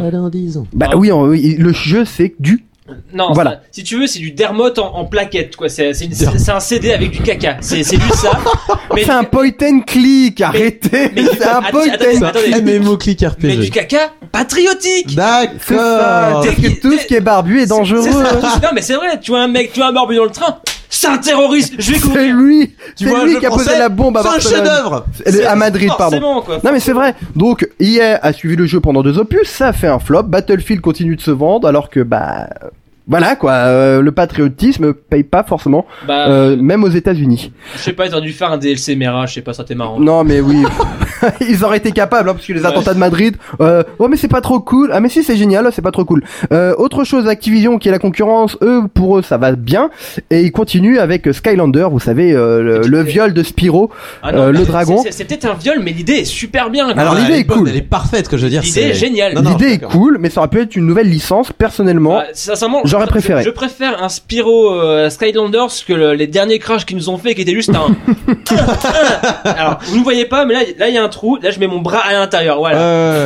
Bah Ah. oui, on- oui, le jeu, c'est du Non, Voilà. ça- si tu veux, c'est du Dermot en, en plaquette, quoi. C'est c'est une- Derm- c'est un CD avec du caca. C'est c'est du ça. mais, C'est un point and click, arrêtez mais- C'est un attends, point attends, and attends. Attendez. MMO click RPG. mais du caca patriotique. C'est ça, D'accord. parce que tout ce qui est barbu est C'est dangereux. ça. Non, mais c'est vrai. Tu vois un mec, tu vois un barbu dans le train. C'est un terroriste. Je vais C'est courir. lui, c'est Tu vois, lui je qui a posé pensais, la bombe à C'est un Barcelone. chef-d'œuvre. Elle est À Madrid, pardon. Forcément, quoi. Non mais c'est vrai. Donc EA a suivi le jeu pendant deux opus, ça a fait un flop. Battlefield continue de se vendre alors que bah voilà quoi, euh, le patriotisme paye pas forcément, Ah, Bah, euh, même aux États-Unis. je sais pas, ils auraient dû faire un DLC Mera. Je sais pas, ça t'es marrant. Non mais oui, ils auraient été capables hein, parce que les Ouais. attentats de Madrid. Euh, oh mais c'est pas trop cool. Ah mais si c'est génial, oh, c'est pas trop cool. Euh, autre chose, Activision qui est la concurrence, eux pour eux ça va bien et ils continuent avec euh, Skylander. Vous savez euh, le, le viol de Spyro. Ah euh, mais le c'est- dragon. c'est- C'est peut-être un viol, mais l'idée est super bien. quoi. Alors, Ouais, l'idée elle est bonne, cool. Elle est parfaite, que je veux dire. L'idée est géniale. Non, non, L'idée est d'accord. cool, mais ça aurait pu être une nouvelle licence. Personnellement, Bah, sincèrement, J'aurais je- préféré. Je, je préfère un Spyro euh, Skylanders que le- les derniers crashs qu'ils nous ont fait qui étaient juste un. Alors, vous ne voyez pas, mais là, là, il y a un trou. Là, je mets mon bras à l'intérieur. Euh, Voilà.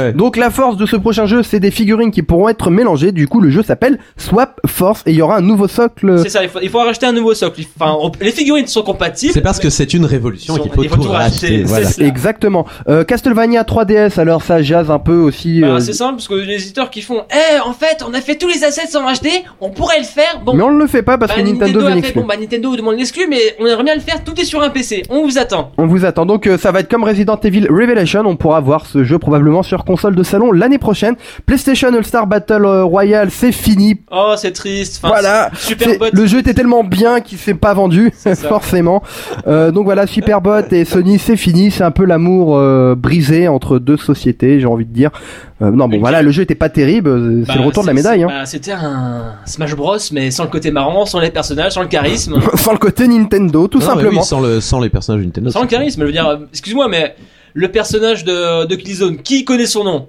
Ouais. Donc la force de ce prochain jeu, c'est des figurines qui pourront être mélangées. Du coup, le jeu s'appelle Swap Force et il y aura un nouveau socle. C'est ça, il faut, il faut racheter un nouveau socle. Enfin, on- les figurines sont compatibles. C'est parce que c'est une révolution Ils et sont- qu'il faut il faut tout tout racheter, racheter. c'est Voilà. ça. Exactement. Euh, Castlevania 3DS, alors ça jase un peu aussi. Bah, euh, c'est simple parce que les éditeurs qui font, eh, en fait, on a fait tous les assets sans racheter, on pourrait le faire. Bon, Mais on ne le fait pas parce bah, que Nintendo, a veut fait, l'exclure. bon, bah, Nintendo vous demande l'exclu, mais on aimerait bien le faire. Tout est sur un PC. On vous attend. On vous attend. Donc euh, ça va être comme Resident Evil Revelation. On pourra voir ce jeu probablement sur console de salon l'année prochaine. PlayStation All Star Battle euh, Royale, c'est fini. Oh, c'est triste. Enfin, voilà. c'est- Super C'est- bot. Le jeu était tellement bien qu'il s'est pas vendu, C'est ça. forcément. Euh, donc voilà, Superbot et Sony, c'est fini. C'est un peu l'amour euh, brisé entre deux sociétés, j'ai envie de dire. Euh, non, bon, Ok. voilà, le jeu était pas terrible. euh, C'est Bah, le retour de la c'est- médaille. c'est- Hein. bah, C'était un Smash Bros, mais sans le côté marrant, sans les personnages, sans le charisme. Sans le côté Nintendo, tout Non, mais simplement. oui, sans, le, sans les personnages Nintendo. sans le charisme, je veux dire, euh, excuse-moi, mais le personnage de, de Killzone, qui connaît son nom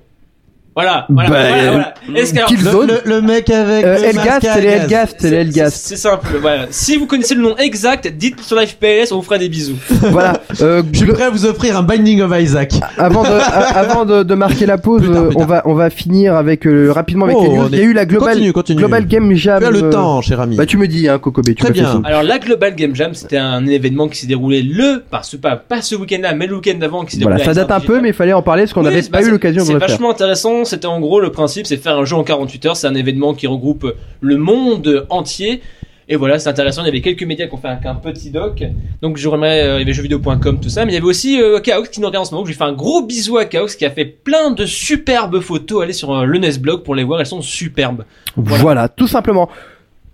Voilà, voilà, Bah, voilà, voilà. Est-ce que- alors, Killzone. mec avec Euh, Elgast, c'est les Elgast, c'est les Elgast. C'est c'est simple, voilà. Si vous connaissez le nom exact, dites sur live PLS, on vous fera des bisous. voilà. Euh, Je suis le- prêt à vous offrir un Binding of Isaac. avant de, a- avant de, de marquer la pause, Plus tard, euh, plus on tard. va on va finir avec euh, rapidement avec Oh, les news. on Il y a est- eu la global continue, continue. global game jam. tu as le euh, temps, cher ami. Bah tu me dis hein, Kokobé, tu Très me fais bien. signe. Alors, la Global Game Jam, c'était un événement qui s'est déroulé le, par ce, pas, pas ce week-end-là, mais le week-end d'avant qui s'est Voilà, déroulé. ça à date un Saint-Digital. peu, mais il fallait en parler parce qu'on Oui, n'avait c'est- pas bah, eu l'occasion de C'est le faire. vachement intéressant. C'était en gros le principe, c'est faire un jeu en 48 heures. C'est un événement qui regroupe le monde entier. Et voilà, c'est intéressant. Il y avait quelques médias qui ont fait un, un petit doc. Donc j'aimerais, euh, il y avait jeuxvideo.com, tout ça. Mais il y avait aussi euh, Chaos qui nous regarde en ce moment. Je lui fais un gros bisou à Chaos qui a fait plein de superbes photos. Allez sur euh, le NES blog pour les voir. Elles sont superbes. Voilà. tout simplement.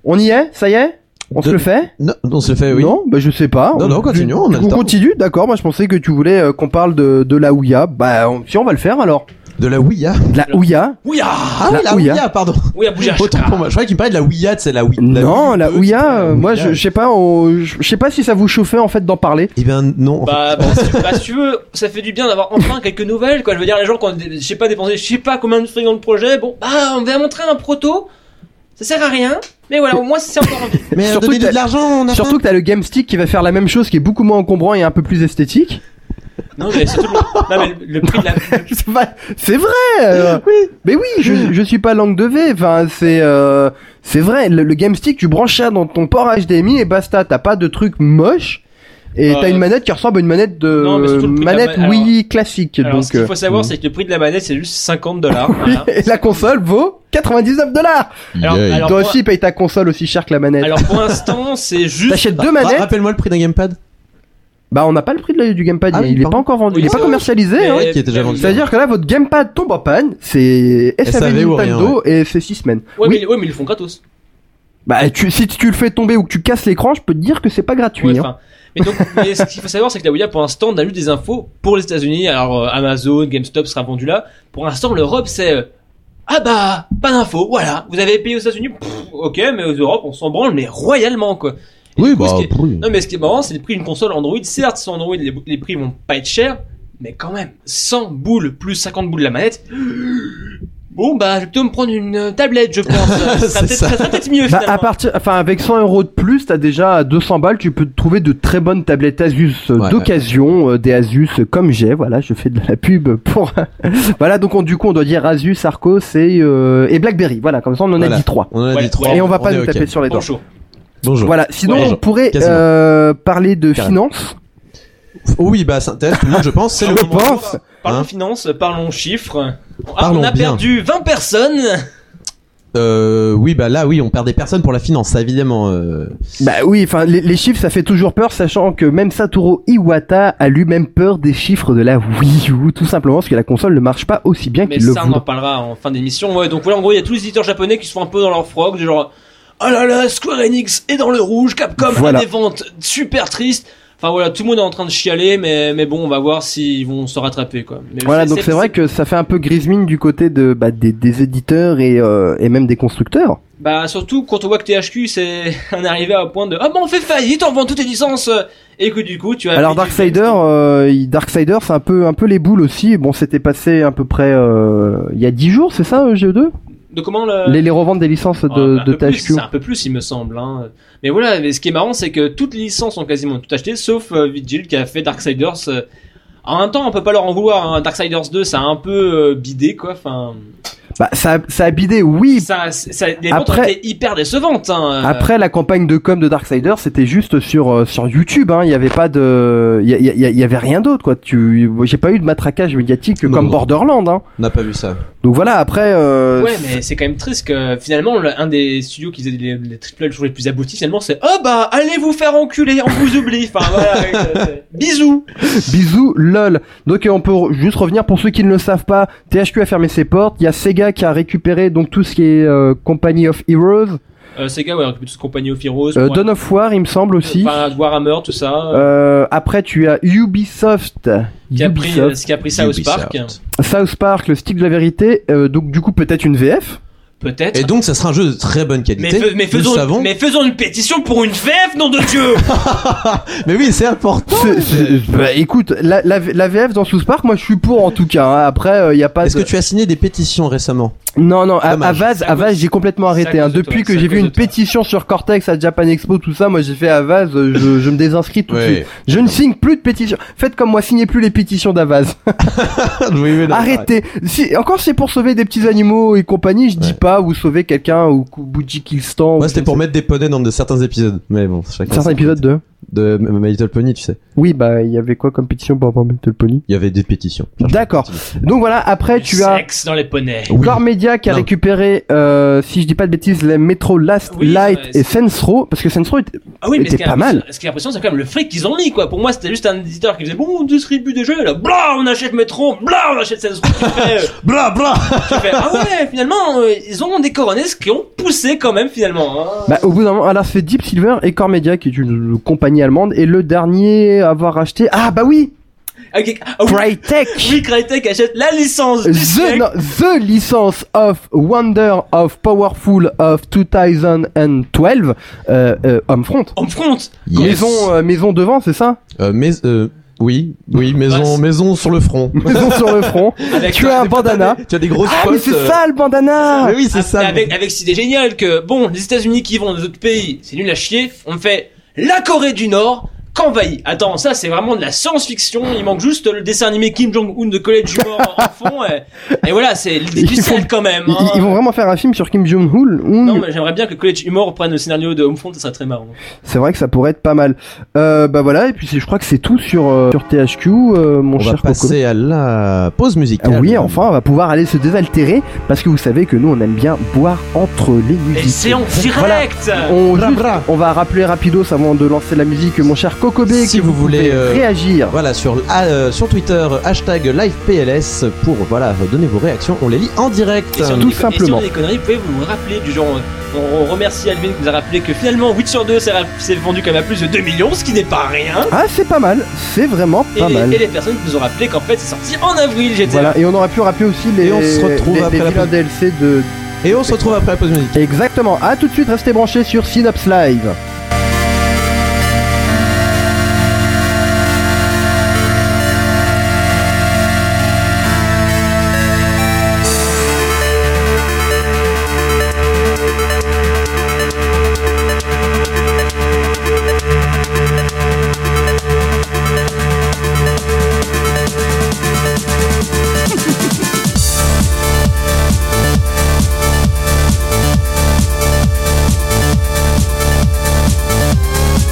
On y est, ça y est On se De- le fait Non, on se le fait, oui. Non, bah je sais pas. Non, On- non, continuons, on a le temps. continue, d'accord. Moi je pensais que tu voulais euh, qu'on parle de, de la Ouya. Bah on- si on va le faire alors. De la Ouya. De la Alors- Ouya Oui, ah, Ah oui, La la Ouya. Ouya, pardon. oui, à bouger. Autant pour moi. Je croyais qu'il me parlait de la Ouya, c'est la Ouya. Non, la Ouya, euh, moi je Ouya. je sais pas, on- je je sais pas si ça vous chauffait en fait d'en parler. Eh ben non. en fait. Bah, bah, si, bah, si tu veux, ça fait du bien d'avoir enfin quelques nouvelles, quoi. Je veux dire, les gens qui ont, je sais pas, dépensé, je sais pas combien de fric dans le projet, bon, bah, on va montrer un proto. ça sert à rien, mais voilà, au moins c'est encore en vie. Mais Surtout surtout que t'as- de l'argent, on a Surtout que t'as le Game Stick qui va faire la même chose, qui est beaucoup moins encombrant et un peu plus esthétique. Non, mais surtout, le- non, mais le, le prix de la. C'est pas- c'est vrai. euh, Mais oui, je, je suis pas langue de V. Enfin, c'est euh, c'est vrai. Le, le Game Stick, tu branches ça dans ton port HDMI et basta. T'as pas de truc moche. Et Euh, t'as une manette qui ressemble à une manette de Non, mais surtout le prix de la manette ma- alors- Wii classique. Alors, donc, ce qu'il faut euh, savoir, c'est que le prix de la manette, c'est juste 50 dollars. oui, et la console vaut 99 dollars. Alors, alors, Toi pour- aussi, paye ta console aussi cher que la manette. alors, pour l'instant, c'est juste. T'achètes deux Ra- manettes. Rappelle-moi le prix d'un gamepad. Bah, on n'a pas le prix de la- du gamepad. Ah il- oui, il est pas pardon. encore vendu. Oui, il est pas c'est- commercialisé. mais- hein. Ouais, qui était déjà vendu. C'est-à-dire que là, votre gamepad tombe en panne, c'est SAV, SAV ou rien, Nintendo et c'est 6 semaines. hein. Ouais, oui. mais, ouais, mais ils le font gratos. Bah, tu, si tu le fais tomber ou que tu casses l'écran, je peux te dire que c'est pas gratuit. Ouais, hein. enfin, mais donc, mais ce qu'il faut savoir, c'est que la Wii A, pour l'instant, on a eu des infos pour les États-Unis. Alors, euh, Amazon, GameStop sera vendu là. Pour l'instant, l'Europe, c'est. euh, ah bah, pas d'infos, voilà. Vous avez payé aux États-Unis, pff, ok, mais aux Europes, on s'en branle, mais royalement, quoi. Et Oui, du coup, bah, ce qui est- oui. Non, mais ce qui est marrant, c'est le prix d'une console Android. Certes, sur Android, les, les prix vont pas être chers, mais quand même, 100 boules plus 50 boules de la manette. Bon, bah, je vais plutôt me prendre une euh, tablette, je pense. ça sera C'est peut-être ça. ça sera peut-être mieux, Bah, finalement. à partir, enfin, avec 100 euros de plus, t'as déjà à 200 balles, tu peux te trouver de très bonnes tablettes Asus euh, Ouais, d'occasion, euh, des Asus euh, comme j'ai, voilà, je fais de la pub pour, voilà, donc on, du coup, on doit dire Asus, Arcos et, euh, et Blackberry, voilà, comme ça on en Voilà. a dit trois. On en a Ouais. dit trois. Et on va pas est nous ok. taper sur les doigts. Bonjour. Bonjour. Voilà, sinon Ouais, on pourrait quasiment. euh, parler de Carrément. finances. Oh oui, bah ça intéresse tout le monde, je pense. C'est le Je moment. pense. Parlons Hein finance, parlons chiffres. Ah, Parlons on a bien. perdu 20 personnes. Euh, oui, bah là, oui, on perd des personnes pour la finance, ça, évidemment. euh. Bah oui, enfin les, les chiffres ça fait toujours peur, sachant que même Satoru Iwata a lui-même peur des chiffres de la Wii U, tout simplement parce que la console ne marche pas aussi bien Mais qu'il le ça, on en voudrait. parlera en fin d'émission. Ouais, donc voilà, en gros, il y a tous les éditeurs japonais qui se font un peu dans leur frog, du genre, ah là là, Square Enix est dans le rouge, Capcom Voilà. a des ventes super tristes. Enfin voilà, tout le monde est en train de chialer, mais, mais bon, on va voir s'ils vont se rattraper, quoi. Mais Voilà, donc c'est vrai que ça fait un peu grise mine du côté de bah, des, des éditeurs et, euh, et même des constructeurs. Bah, surtout quand on voit que THQ, c'est un arrivé à un point de, ah bah on fait faillite, on vend toutes les licences, et que du coup, tu as. Alors fait du- Darksider, euh, il- Darksider c'est un peu un peu les boules aussi. Bon, c'était passé à peu près euh, il y a 10 jours, c'est ça euh, GE2 De comment le. les, les reventes des licences Ah, de, un de peu plus, THQ. C'est un peu plus, il me semble. Hein. Mais voilà, mais ce qui est marrant, c'est que toutes les licences ont quasiment tout acheté, sauf euh, Vigil qui a fait Darksiders. euh. En même temps, on peut pas leur en vouloir. Hein. Darksiders 2, ça a un peu euh, bidé, quoi. Enfin, Bah ça a- ça a bidé, oui. ça, ça, les ventes Après- ont été hyper décevantes. Hein. Après la campagne de com de Darksider, c'était juste sur euh, sur YouTube. hein. Il y avait pas de, il y, a- il y a- il y avait rien d'autre quoi. Tu, j'ai pas eu de matraquage médiatique Non, comme non. Borderland. Hein. On n'a pas vu ça. Donc voilà. Après, euh, ouais, mais c'est quand même triste que finalement, le- un des studios qui faisait les, les triple A le jour les plus aboutis, finalement, c'est Oh bah, allez vous faire enculer, on vous oublie. Enfin voilà, ouais, euh, euh, bisous. bisous, lol. Donc euh, on peut re- juste revenir pour ceux qui ne le savent pas. THQ a fermé ses portes. Il y a Sega qui a récupéré donc tout ce qui est euh, Company of Heroes, Euh, Sega, ouais, récupère toute compagnie of Heroes. euh, pour- Dawn of War, il me semble aussi. Enfin, Warhammer, tout ça. Euh, après tu as Ubisoft, qui a pris, euh, Ubisoft, ce qui a pris South Ubisoft. Park. South Park, le stick de la vérité. Euh, donc du coup peut-être une VF. Peut-être. Et donc, ça sera un jeu de très bonne mais, qualité. fais- mais nous le faisons, savons. mais faisons une pétition pour une fève, nom de Dieu Mais oui, c'est important. C'est- c'est- bah, écoute, la, la, la VF dans South Park, moi je suis pour en tout cas. hein. Après, il y a pas. Est-ce de- que tu as signé des pétitions récemment Non, non, à, à Dommage. Vaz, à Vaz, j'ai complètement C'est à arrêté. cause hein. de toi, Depuis c'est que à j'ai cause vu de une toi. pétition sur Cortex à Japan Expo, tout ça, moi j'ai fait à Vaz, euh, je, je me désinscris tout de suite. Je ne signe plus de pétition. Faites comme moi, signez plus les pétitions d'Avaz. Oui, mais non, Arrêtez. Si, encore c'est pour sauver des petits animaux et compagnie, je dis Ouais. pas, ou sauver quelqu'un, ou Bujikistan. Moi, c'était pour mettre des poneys dans de certains épisodes. Mais bon, chacun. Certains ses- épisodes de. de My Little Pony, tu sais. Oui, bah, il y avait quoi comme pétition pour avoir Metal Pony Il y avait des pétitions. D'accord. Donc voilà, après tu as. Sexe dans les poneys. Oui. Core Media qui a Non. récupéré, euh, si je dis pas de bêtises, les Metro Last Oui, Light c'est vrai, et Sensro, parce que Sensro était... Ah oui, mais C'était ce qui est pas mal. Ce qui est impressionnant, c'est quand même le fric qu'ils ont mis, quoi. Pour moi, c'était juste un éditeur qui faisait bon, on distribue des jeux, là, bla, on achète Metron, bla, on achète Sensor. tu fais, euh, Bla bla tu fais, ah ouais, finalement, euh, ils ont des coronets qui ont poussé quand même, finalement. hein. Bah, au bout d'un moment, alors c'est Deep Silver et Core Media qui est une compagnie allemande et le dernier à avoir acheté, ah bah oui, Ah, ok. Ah oui, Crytek oui, Crytek achète la licence du The, siècle. no- the License of Wonder of Powerful of 2012, euh, euh, Homefront. On me fronte. euh, Maison, euh, maison devant, c'est ça Euh, mais, euh, Oui, oui, maison, Ouais. maison sur le front. Maison sur le front. Avec- tu as un bandana. Tu as des grosses Ah, mais potes, c'est euh, ça le bandana Mais oui, c'est Ah, ça. mais Avec, avec cette idée géniale que, bon, les États-Unis qui vont dans d'autres pays, c'est nul à chier. On fait la Corée du Nord qu'envahit. Attends, ça c'est vraiment de la science-fiction. Il manque juste le dessin animé Kim Jong-un de College Humor en- en fond. Et, et voilà, c'est Ils du sel font- quand même. Ils- hein. Ils vont vraiment faire un film sur Kim Jong-un ou- Non, mais j'aimerais bien que College Humor prenne le scénario de Homefront, ça serait très marrant. C'est vrai que ça pourrait être pas mal. Euh, bah voilà, et puis c'est- je crois que c'est tout sur, euh, sur THQ, euh, mon On va cher Coco. passer à la pause Ah musicale. oui, enfin, on va pouvoir aller se désaltérer parce que vous savez que nous, on aime bien boire entre les musiques. Et c'est en Voilà. direct On, Bra, juste- bra. on va rappeler rapidos avant de lancer la musique, mon cher Cocobé, Si que vous voulez, pouvez euh, réagir. Voilà, sur, ah, euh, sur Twitter, hashtag LivePLS pour voilà, donner vos réactions. On les lit en direct. Et si on tout dit- et si on dit simplement. des conneries, vous pouvez vous rappeler du genre. euh, On on remercie Alvin qui nous a rappelé que finalement Witcher 2 s'est ra- s'est vendu quand même à plus de 2 millions, ce qui n'est pas rien. Ah, c'est pas mal, c'est vraiment Et, pas les- mal. et les personnes qui nous ont rappelé qu'en fait c'est sorti en avril, j'étais. Voilà, et on aurait pu rappeler aussi les, Et on se retrouve les, après les la vilains pause. DLC de. Et on se retrouve après la pause musicale. Exactement, à tout de suite, restez branchés sur Synapse Live. Thank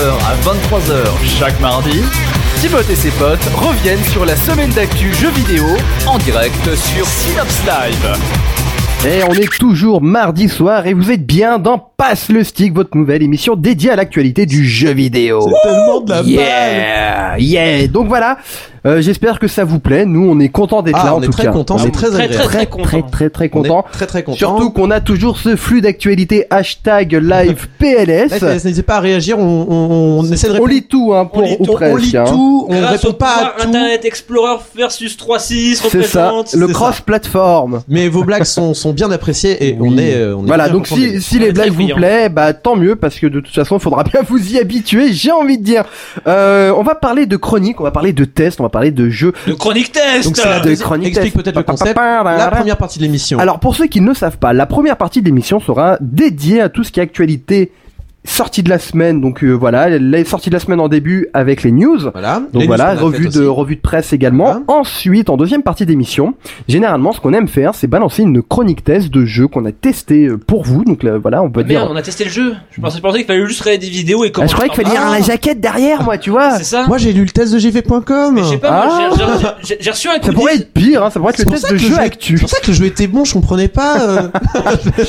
23h chaque mardi, Timothée et ses potes reviennent sur la semaine d'actu jeux vidéo en direct sur Synops Live. Et on est toujours mardi soir et vous êtes bien dans Passe le Stick, votre nouvelle émission dédiée à l'actualité du jeu vidéo. C'est tellement de la balle. Yeah, yeah. Donc voilà, euh, j'espère que ça vous plaît. Nous, on est content d'être Ah, là on en est tout très cas. content, on c'est est très, très, agréable. très très très très très On est content. Très très content. Surtout qu'on a toujours ce flux d'actualité hashtag live Ouais, PLS. Eh, N'hésitez pas à réagir, on, on, on essaie de On répondre. lit tout, hein, pour on lit ou tout, on presque, lit hein. tout, on Grâce au répond pas à pouvoir tout. Internet Explorer versus 3.6 C'est ça, représente. le c'est ça. cross-platform. Mais vos blagues sont, sont bien appréciées et on Oui. est, euh, on est Voilà, bien donc content d'être- si, si On les est très blagues vous friands. plaît, bah tant mieux parce que de toute façon, faudra bien vous y habituer. J'ai envie de dire, euh, on va parler de chronique, on va parler de tests, on va parler de jeux, Euh, Le Chronic Test Donc c'est la de deuxième- chronique. explique test. peut-être le Pa, pa, concept. pa, pa, la pa. première partie de l'émission. Alors pour ceux qui ne le savent pas, la première partie de l'émission sera dédiée à tout ce qui est actualité sortie de la semaine. Donc euh, voilà, les sorties de la semaine en début avec les news. voilà. Donc Les voilà, news qu'on a revue faites de, aussi. revue de presse également. Ensuite, en deuxième partie d'émission, généralement, ce qu'on aime faire, c'est balancer une chronique test de jeux qu'on a testé euh, pour vous. Donc là, voilà, on peut Ah, Merde, dire. on a testé le jeu. Je pensais, je pensais qu'il fallait juste regarder des vidéos et Ah, commenter. je croyais qu'il fallait lire Ah, la jaquette derrière, moi, tu vois. C'est ça Moi j'ai lu le test de Mais je sais gv.com. pas, moi, Ah. j'ai- j'ai- j'ai- j'ai reçu un coup Ça de pourrait être pire, hein, ça pourrait être le C'est pour test ça de que jeu je- actu. C'est pour ça que le jeu était bon, je comprenais pas. euh,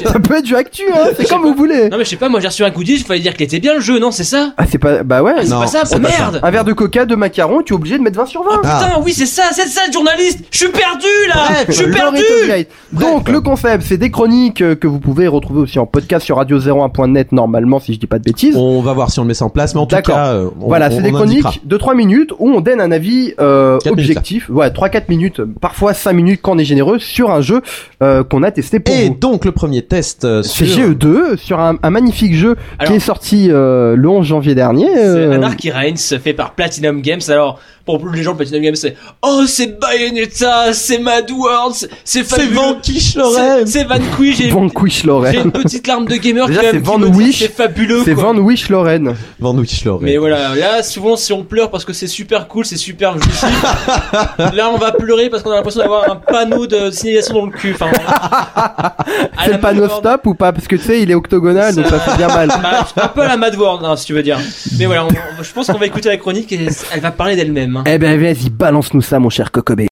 Ça peut être du actu, hein, c'est comme vous voulez. Non mais je sais pas, moi j'ai reçu un coup de il fallait dire qu'il était bien le jeu, non c'est ça Ah, c'est pas. Bah ouais. Ah, C'est Non, pas ça, c'est oh, pas merde Un verre de coca, de macaron, tu es obligé de mettre 20 sur 20. Ah. Putain, oui c'est ça, c'est ça le journaliste Je suis perdu là Bref, Je suis Le perdu Rite of Light. Bref. Donc le concept, c'est des chroniques euh, que vous pouvez retrouver aussi en podcast sur radio01.net normalement si je dis pas de bêtises. On va voir si on le met ça en place, mais en tout D'accord. cas, euh, on, voilà, on- c'est on des indiquera. chroniques de 3 minutes où on donne un avis euh, Quatre minutes, objectif, ouais, 3-4 minutes, parfois 5 minutes quand on est généreux, sur un jeu euh, qu'on a testé pour Et vous. donc le premier test euh, C'est sur GE2 sur un, un magnifique jeu Alors- qui est sorti euh, le 11 janvier dernier. C'est euh, Anarchy Reigns fait par Platinum Games. Alors, pour les gens de Platinum Games, c'est Oh, c'est Bayonetta, c'est Mad World, c'est C'est fabuleux, Vanquish c'est- Lorem. c'est Van Kui, j'ai Vanquish j'ai E Lorraine. une petite larme de gamer Déjà, quand même c'est qui Van me dit, Wish. c'est fabuleux C'est quoi. Vanquish Lorraine. Vanquish Lorem. Mais voilà, là souvent si on pleure parce que c'est super cool, c'est super jouissif, là on va pleurer parce qu'on a l'impression d'avoir un panneau de signalisation dans le cul. Enfin, à C'est la le panneau Mad World. stop ou pas Parce que tu sais, il est octogonal, donc ça fait bien mal. Bah, un peu à la Mad World, hein, si tu veux dire. Mais voilà, on- on- je pense qu'on va écouter la chronique et elle va parler d'elle-même. hein. Eh ben vas-y, balance-nous ça, mon cher Cocobé.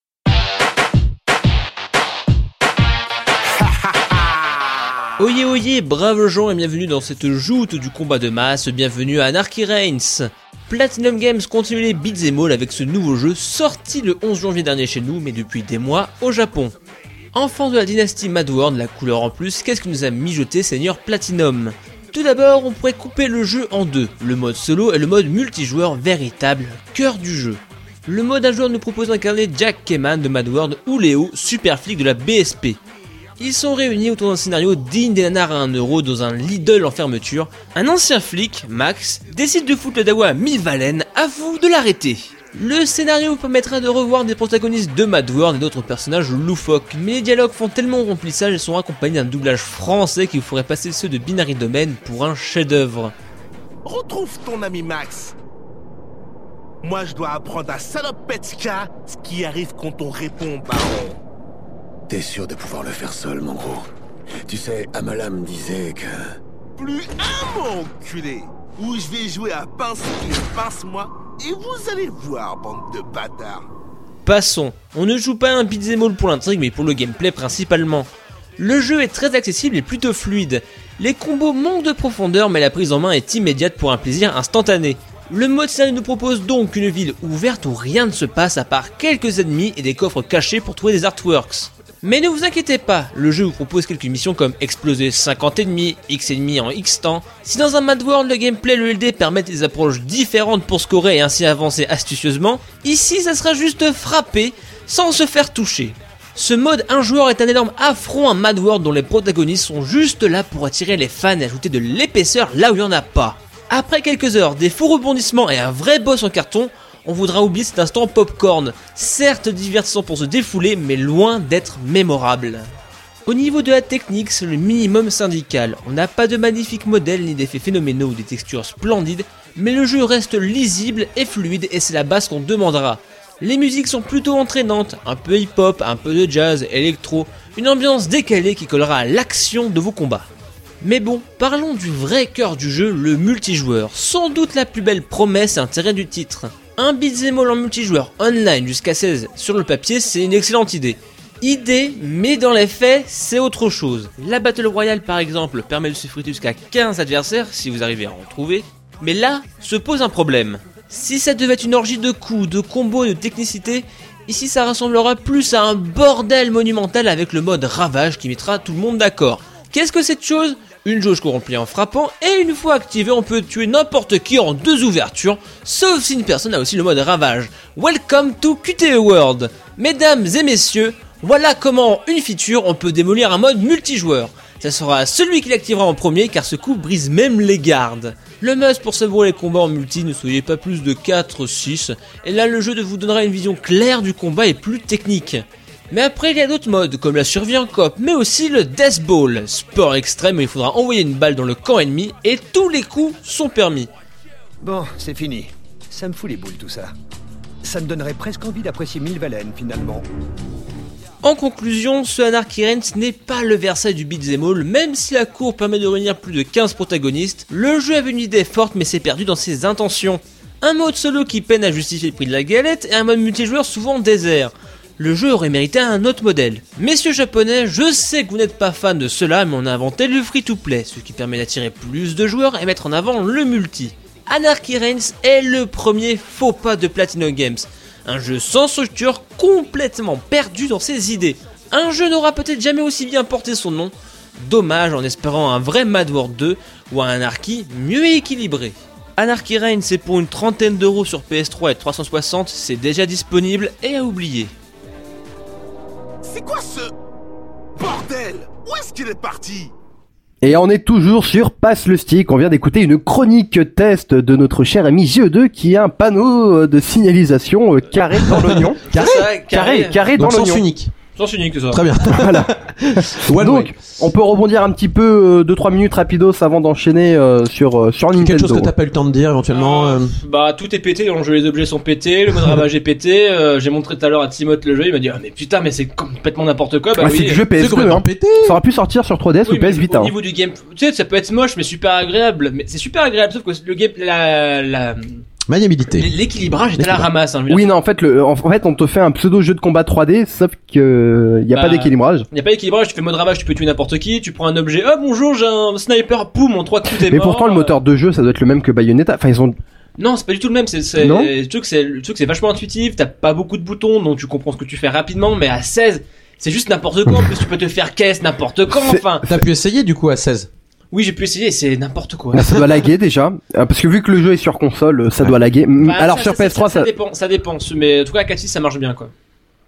Oyez, oyez, braves gens, et bienvenue dans cette joute du combat de masse, bienvenue à Anarchy Reigns. Platinum Games continue les beats et all avec ce nouveau jeu sorti le 11 janvier dernier chez nous, mais depuis des mois au Japon. Enfant de la dynastie Mad World, la couleur en plus, qu'est-ce que nous a mijoté Seigneur Platinum Tout d'abord, on pourrait couper le jeu en deux, le mode solo et le mode multijoueur véritable, cœur du jeu. Le mode un joueur nous propose d'incarner Jack Keman de Mad World ou Léo, super flic de la BSP. Ils sont réunis autour d'un scénario digne des nanars à 1 euro dans un Lidl en fermeture. Un ancien flic, Max, décide de foutre le dawa à mille baleines à vous de l'arrêter. Le scénario vous permettra de revoir des protagonistes de Mad World et d'autres personnages loufoques, mais les dialogues font tellement remplissage et sont accompagnés d'un doublage français qui vous ferait passer ceux de Binary Domain pour un chef-d'œuvre. Retrouve ton ami Max. Moi, je dois apprendre à Salopetska ce qui arrive quand on répond par T'es sûr de pouvoir le faire seul, mon gros Tu sais, Amala me disait que... plus un mot, enculé. Ou je vais jouer à pince et pince-moi. Et vous allez voir, bande de bâtards. Passons, on ne joue pas un beat'em all pour l'intrigue mais pour le gameplay principalement. Le jeu est très accessible et plutôt fluide. Les combos manquent de profondeur mais la prise en main est immédiate pour un plaisir instantané. Le mode scénario nous propose donc une ville ouverte où rien ne se passe à part quelques ennemis et des coffres cachés pour trouver des artworks. Mais ne vous inquiétez pas, le jeu vous propose quelques missions comme exploser 50 ennemis, X ennemis en X temps. Si dans un Mad World le gameplay, le LD permet des approches différentes pour scorer et ainsi avancer astucieusement, ici ça sera juste frapper sans se faire toucher. Ce mode un joueur est un énorme affront à Mad World dont les protagonistes sont juste là pour attirer les fans et ajouter de l'épaisseur là où il n'y en a pas. Après quelques heures, des faux rebondissements et un vrai boss en carton, on voudra oublier cet instant popcorn, certes divertissant pour se défouler mais loin d'être mémorable. Au niveau de la technique, c'est le minimum syndical. On n'a pas de magnifiques modèles ni d'effets phénoménaux ou des textures splendides, mais le jeu reste lisible et fluide et c'est la base qu'on demandera. Les musiques sont plutôt entraînantes, un peu hip-hop, un peu de jazz, électro, une ambiance décalée qui collera à l'action de vos combats. Mais bon, parlons du vrai cœur du jeu, le multijoueur. Sans doute la plus belle promesse et intérêt du titre. Un beat'em all en multijoueur online jusqu'à 16 sur le papier, c'est une excellente idée. Idée, mais dans les faits, c'est autre chose. La Battle Royale, par exemple, permet de s'effriter jusqu'à 15 adversaires, si vous arrivez à en trouver. Mais là, se pose un problème. Si ça devait être une orgie de coups, de combos et de technicité, ici ça ressemblera plus à un bordel monumental avec le mode ravage qui mettra tout le monde d'accord. Qu'est-ce que cette chose Une jauge qu'on remplit en frappant, et une fois activée, on peut tuer n'importe qui en deux ouvertures, sauf si une personne a aussi le mode ravage. Welcome to QTE World Mesdames et messieurs, voilà comment, en une feature, on peut démolir un mode multijoueur. Ça sera celui qui l'activera en premier car ce coup brise même les gardes. Le must pour savourer les combats en multi, ne soyez pas plus de 4 6, et là le jeu de vous donnera une vision claire du combat et plus technique. Mais après il y a d'autres modes comme la survie en coop, mais aussi le Death Ball, sport extrême où il faudra envoyer une balle dans le camp ennemi et tous les coups sont permis. Bon, c'est fini. Ça me fout les boules tout ça. Ça me donnerait presque envie d'apprécier mille baleines finalement. En conclusion, ce Anarchy Reigns n'est pas le Versailles du beat'em all, même si la cour permet de réunir plus de 15 protagonistes, le jeu avait une idée forte mais s'est perdu dans ses intentions. Un mode solo qui peine à justifier le prix de la galette et un mode multijoueur souvent désert. Le jeu aurait mérité un autre modèle. Messieurs japonais, je sais que vous n'êtes pas fan de cela, mais on a inventé le free-to-play, ce qui permet d'attirer plus de joueurs et mettre en avant le multi. Anarchy Reigns est le premier faux pas de Platinum Games. Un jeu sans structure, complètement perdu dans ses idées. Un jeu n'aura peut-être jamais aussi bien porté son nom. Dommage en espérant un vrai Mad World 2 ou un Anarchy mieux équilibré. Anarchy Reigns c'est pour une trentaine d'euros sur PS3 et 360, c'est déjà disponible et à oublier. C'est quoi ce bordel Où est-ce qu'il est parti Et on est toujours sur Passe le Stick. On vient d'écouter une chronique test de notre cher ami GE2 qui a un panneau euh, de signalisation euh, carré dans l'oignon. Carré, carré, Carré, carré dans Donc sens l'oignon. unique. Sens unique tout ça. Très bien. Voilà. One Donc, way. on peut rebondir un petit peu 2-3 minutes rapidos avant d'enchaîner euh, sur, euh, sur Nintendo. quelque chose que t'as pas eu le temps de dire éventuellement. Ah, euh, Bah tout est pété dans le jeu, les objets sont pétés, le mode ravage est pété. euh, J'ai montré tout à l'heure à Timothée le jeu, il m'a dit ah mais putain mais c'est complètement n'importe quoi. Bah Ah, oui, c'est du jeu C'est PS2, complètement hein. pété. Ça aurait pu sortir sur 3DS Oui, ou mais PS Vita. Au hein. niveau du game, tu sais, ça peut être moche, mais super agréable. Mais c'est super agréable, sauf que le game, la, la- Maniabilité. l'équilibrage est à la ramasse. Hein, je veux Oui, non, en fait, le, en fait, on te fait un pseudo jeu de combat 3D, sauf que euh, y a Bah, pas d'équilibrage. Il n'y a pas d'équilibrage, tu fais mode ravage, tu peux tuer n'importe qui, tu prends un objet, oh bonjour, j'ai un sniper, boum, en trois coups t'es Mais mort. pourtant, le moteur de jeu, ça doit être le même que Bayonetta. Enfin, ils ont. Non, c'est pas du tout le même, c'est, c'est, Non le truc, c'est, le truc, c'est vachement intuitif, t'as pas beaucoup de boutons, donc tu comprends ce que tu fais rapidement, mais à 16, c'est juste n'importe quoi, en plus tu peux te faire caisse n'importe quand, C'est- enfin. T'as pu essayer du coup à 16. Oui, j'ai pu essayer, c'est n'importe quoi. Bah, ça doit laguer déjà. Euh, Parce que vu que le jeu est sur console, euh, ça doit laguer. Mm, Enfin, Alors Bah, ça, sur ça, PS3, ça. ça dépend, ça dépend, mais en tout cas, à 4 ça marche bien, quoi.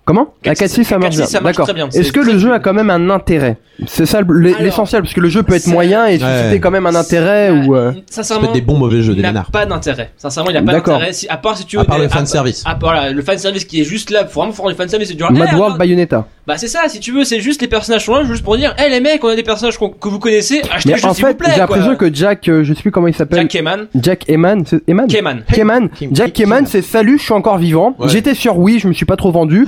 Comment La 4, 4.6, ça marche 4, bien. ça marche D'accord. très bien, Est-ce c'est que très le jeu bien. a quand même un intérêt C'est ça le- l'e- Alors, l'essentiel, parce que le jeu peut être c'est- moyen et susciter Ouais. quand même un intérêt ou. euh, Ça Bah, Sincèrement. peut être des bons mauvais jeux, Il des n'a nanars. pas d'intérêt. Sincèrement, il n'a pas D'accord. d'intérêt. Si, à part si tu À part le à- fanservice. À, part voilà, le fanservice qui est juste là. Faut vraiment faire du fanservice. C'est du genre, Mad eh, World regarde. Bayonetta. Bah, c'est ça, si tu veux, c'est juste les personnages sont là, juste pour dire, eh les mecs, on a des personnages qu'on- que vous connaissez, achetez Mais le jeu en s'il vous fait, plaît. j'ai quoi. l'impression que Jack, euh, je sais plus comment il s'appelle. Jack Keman. Jack Eman, c'est Eman Keman. Keman, Kim- Jack Kim- Keman, Keman. c'est salut, je suis encore vivant. Ouais. J'étais sur oui, je me suis pas trop vendu.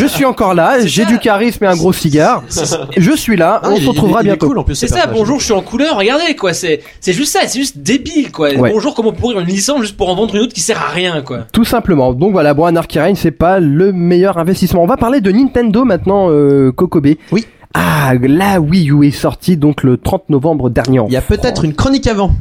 je suis encore là, j'ai ça. du charisme et un gros cigare. Je suis là, Ah, il- on se il- retrouvera il est bientôt. cool, en plus, C'est ce ça, personnage. bonjour, je suis en couleur, regardez quoi, c'est c'est juste ça, c'est juste débile quoi. Ouais. Bonjour, comment pourrir une licence juste pour en vendre une autre qui sert à rien quoi. Tout simplement. Donc voilà, bon, Anarchy Reign, c'est pas le meilleur investissement. On va parler de Nintendo maintenant, euh, Kokobé. Oui. Ah, la Wii U est sortie donc le 30 novembre dernier. en Il y a peut-être France. une chronique avant.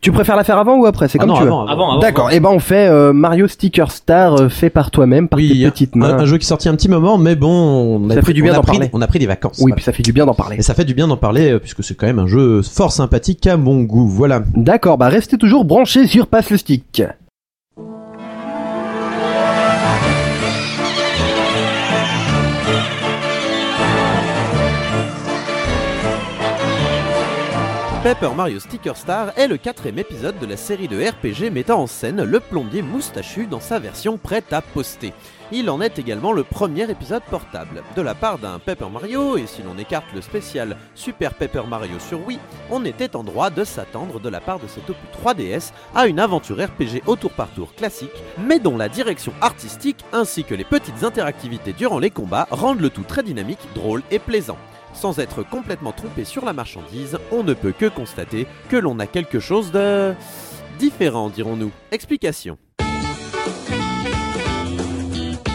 Tu préfères la faire avant ou après C'est Ah Oh. comme non, tu veux. avant, avant. Avant, avant. D'accord. Et ben on fait euh, Mario Sticker Star euh, fait par toi-même, par Oui, hein. tes petites un, mains. un jeu qui sortit un petit moment, mais bon, on a Ça fait du bien on a d'en pris- parler. On a pris des vacances. oui, Voilà. puis ça fait du bien d'en parler. Et ça fait du bien d'en parler euh, puisque c'est quand même un jeu fort sympathique à mon goût. Voilà. D'accord, bah restez toujours branchés sur Passe le Stick. Paper Mario Sticker Star est le quatrième épisode de la série de RPG mettant en scène le plombier moustachu dans sa version prête à poster. Il en est également le premier épisode portable. De la part d'un Paper Mario, et si l'on écarte le spécial Super Paper Mario sur Wii, on était en droit de s'attendre de la part de cet opus 3DS à une aventure RPG au tour par tour classique, mais dont la direction artistique ainsi que les petites interactivités durant les combats rendent le tout très dynamique, drôle et plaisant. Sans être complètement trompé sur la marchandise, on ne peut que constater que l'on a quelque chose de... différent, dirons-nous. Explication.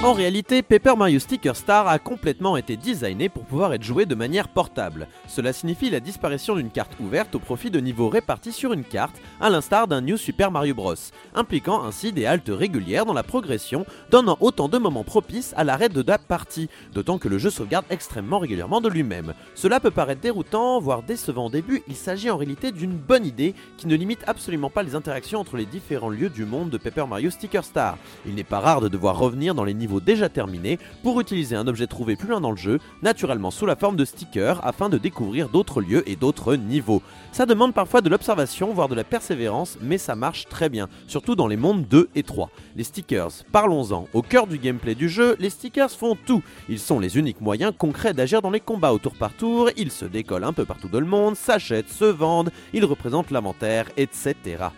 En réalité, Paper Mario Sticker Star a complètement été designé pour pouvoir être joué de manière portable. Cela signifie la disparition d'une carte ouverte au profit de niveaux répartis sur une carte, à l'instar d'un New Super Mario Bros, impliquant ainsi des haltes régulières dans la progression, donnant autant de moments propices à l'arrêt de la partie, d'autant que le jeu sauvegarde extrêmement régulièrement de lui-même. Cela peut paraître déroutant, voire décevant au début, il s'agit en réalité d'une bonne idée qui ne limite absolument pas les interactions entre les différents lieux du monde de Paper Mario Sticker Star. Il n'est pas rare de devoir revenir dans les niveaux déjà terminés pour utiliser un objet trouvé plus loin dans le jeu, naturellement sous la forme de stickers, afin de découvrir d'autres lieux et d'autres niveaux. Ça demande parfois de l'observation, voire de la persévérance, mais ça marche très bien, surtout dans les mondes 2 et 3. Les stickers, parlons-en. Au cœur du gameplay du jeu, les stickers font tout. Ils sont les uniques moyens concrets d'agir dans les combats au tour par tour, ils se décollent un peu partout dans le monde, s'achètent, se vendent, ils représentent l'inventaire, etc.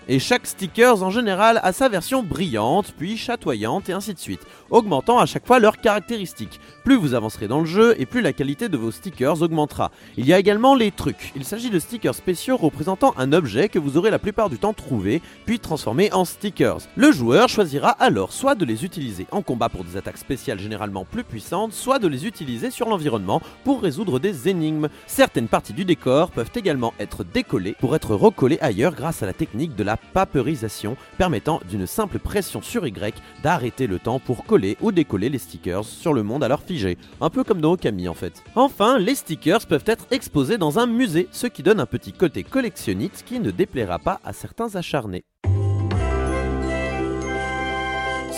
Et chaque stickers en général a sa version brillante, puis chatoyante et ainsi de suite, augmentant à chaque fois leurs caractéristiques. Plus vous avancerez dans le jeu et plus la qualité de vos stickers augmentera. Il y a également les trucs. Il s'agit de stickers spéciaux représentant un objet que vous aurez la plupart du temps trouvé, puis transformé en stickers. Le joueur choisira alors soit de les utiliser en combat pour des attaques spéciales généralement plus puissantes, soit de les utiliser sur l'environnement pour résoudre des énigmes. Certaines parties du décor peuvent également être décollées pour être recollées ailleurs grâce à la technique de la paperisation, permettant d'une simple pression sur Y d'arrêter le temps pour coller ou décoller les stickers sur le monde alors figé, un peu comme dans Okami en fait. Enfin, les stickers peuvent être exposés dans un musée, ce qui donne un petit côté collectionnite qui ne déplaira pas à certains acharnés.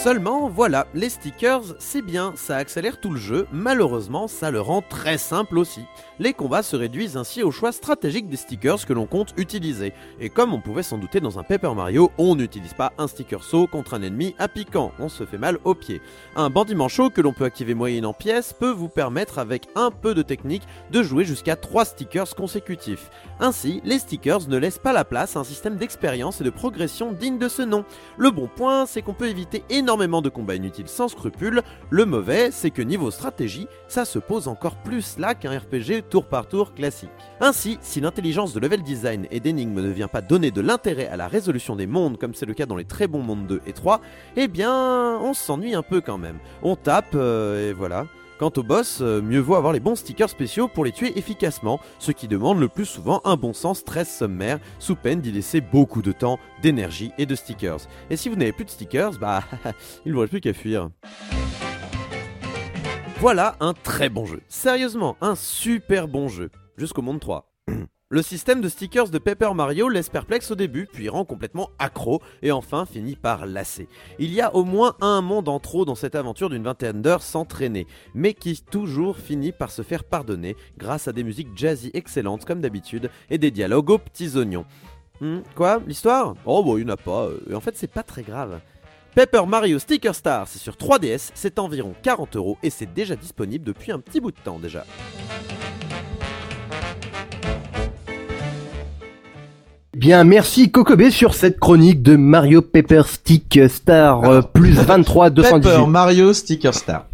Seulement, voilà, les stickers, c'est bien, ça accélère tout le jeu, malheureusement, ça le rend très simple aussi. Les combats se réduisent ainsi au choix stratégique des stickers que l'on compte utiliser. Et comme on pouvait s'en douter dans un Paper Mario, on n'utilise pas un sticker saut contre un ennemi à piquant, on se fait mal aux pieds. Un bandit manchot que l'on peut activer moyennant pièces peut vous permettre, avec un peu de technique, de jouer jusqu'à 3 stickers consécutifs. Ainsi, les stickers ne laissent pas la place à un système d'expérience et de progression digne de ce nom. Le bon point, c'est qu'on peut éviter énormément de combats inutiles sans scrupule. Le mauvais, c'est que niveau stratégie, ça se pose encore plus là qu'un RPG tour par tour classique. Ainsi, si l'intelligence de level design et d'énigmes ne vient pas donner de l'intérêt à la résolution des mondes comme c'est le cas dans les très bons mondes 2 et 3, eh bien, on s'ennuie un peu quand même. On tape, euh, et voilà. Quant au boss, euh, mieux vaut avoir les bons stickers spéciaux pour les tuer efficacement, ce qui demande le plus souvent un bon sens très sommaire, sous peine d'y laisser beaucoup de temps, d'énergie et de stickers. Et si vous n'avez plus de stickers, bah, il ne vous reste plus qu'à fuir. Voilà un très bon jeu. Sérieusement, un super bon jeu. Jusqu'au monde 3. Le système de stickers de Paper Mario laisse perplexe au début, puis rend complètement accro, et enfin finit par lasser. Il y a au moins un monde en trop dans cette aventure d'une vingtaine d'heures sans traîner, mais qui toujours finit par se faire pardonner grâce à des musiques jazzy excellentes comme d'habitude et des dialogues aux petits oignons. Hmm, quoi L'histoire Oh bah il n'y en a pas, euh, et en fait c'est pas très grave. Paper Mario Sticker Star, c'est sur 3DS, c'est environ 40 euros et c'est déjà disponible depuis un petit bout de temps déjà. Eh Bien, merci Kokobé sur cette chronique de Mario Paper Stick Star euh, Ah. plus 23 218. Paper Mario Sticker Star.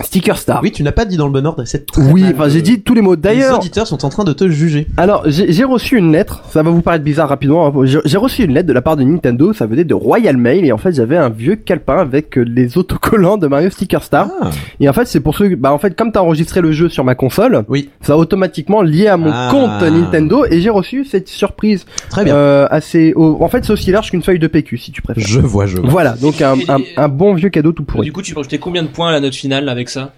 Sticker Star. Oui, tu n'as pas dit dans le bon ordre, c'est très Oui, mal, enfin euh, j'ai dit tous les mots. Les D'ailleurs, auditeurs sont en train de te juger. alors j'ai j'ai reçu une lettre. Ça va vous paraître bizarre rapidement. hein. J'ai j'ai reçu une lettre de la part de Nintendo. Ça venait de Royal Mail et en fait j'avais un vieux calepin avec euh, les autocollants de Mario Sticker Star. Ah. Et en fait c'est pour ceux. Bah en fait comme t'as enregistré le jeu sur ma console, Oui. ça a automatiquement lié à mon Ah. compte Nintendo et j'ai reçu cette surprise Très bien. euh, assez. au- En fait c'est aussi large qu'une feuille de PQ si tu préfères. Je vois, je vois. Voilà, donc un, un- un bon vieux cadeau tout pourri. Du coup, tu peux rajouter combien de points à la note finale là, avec ça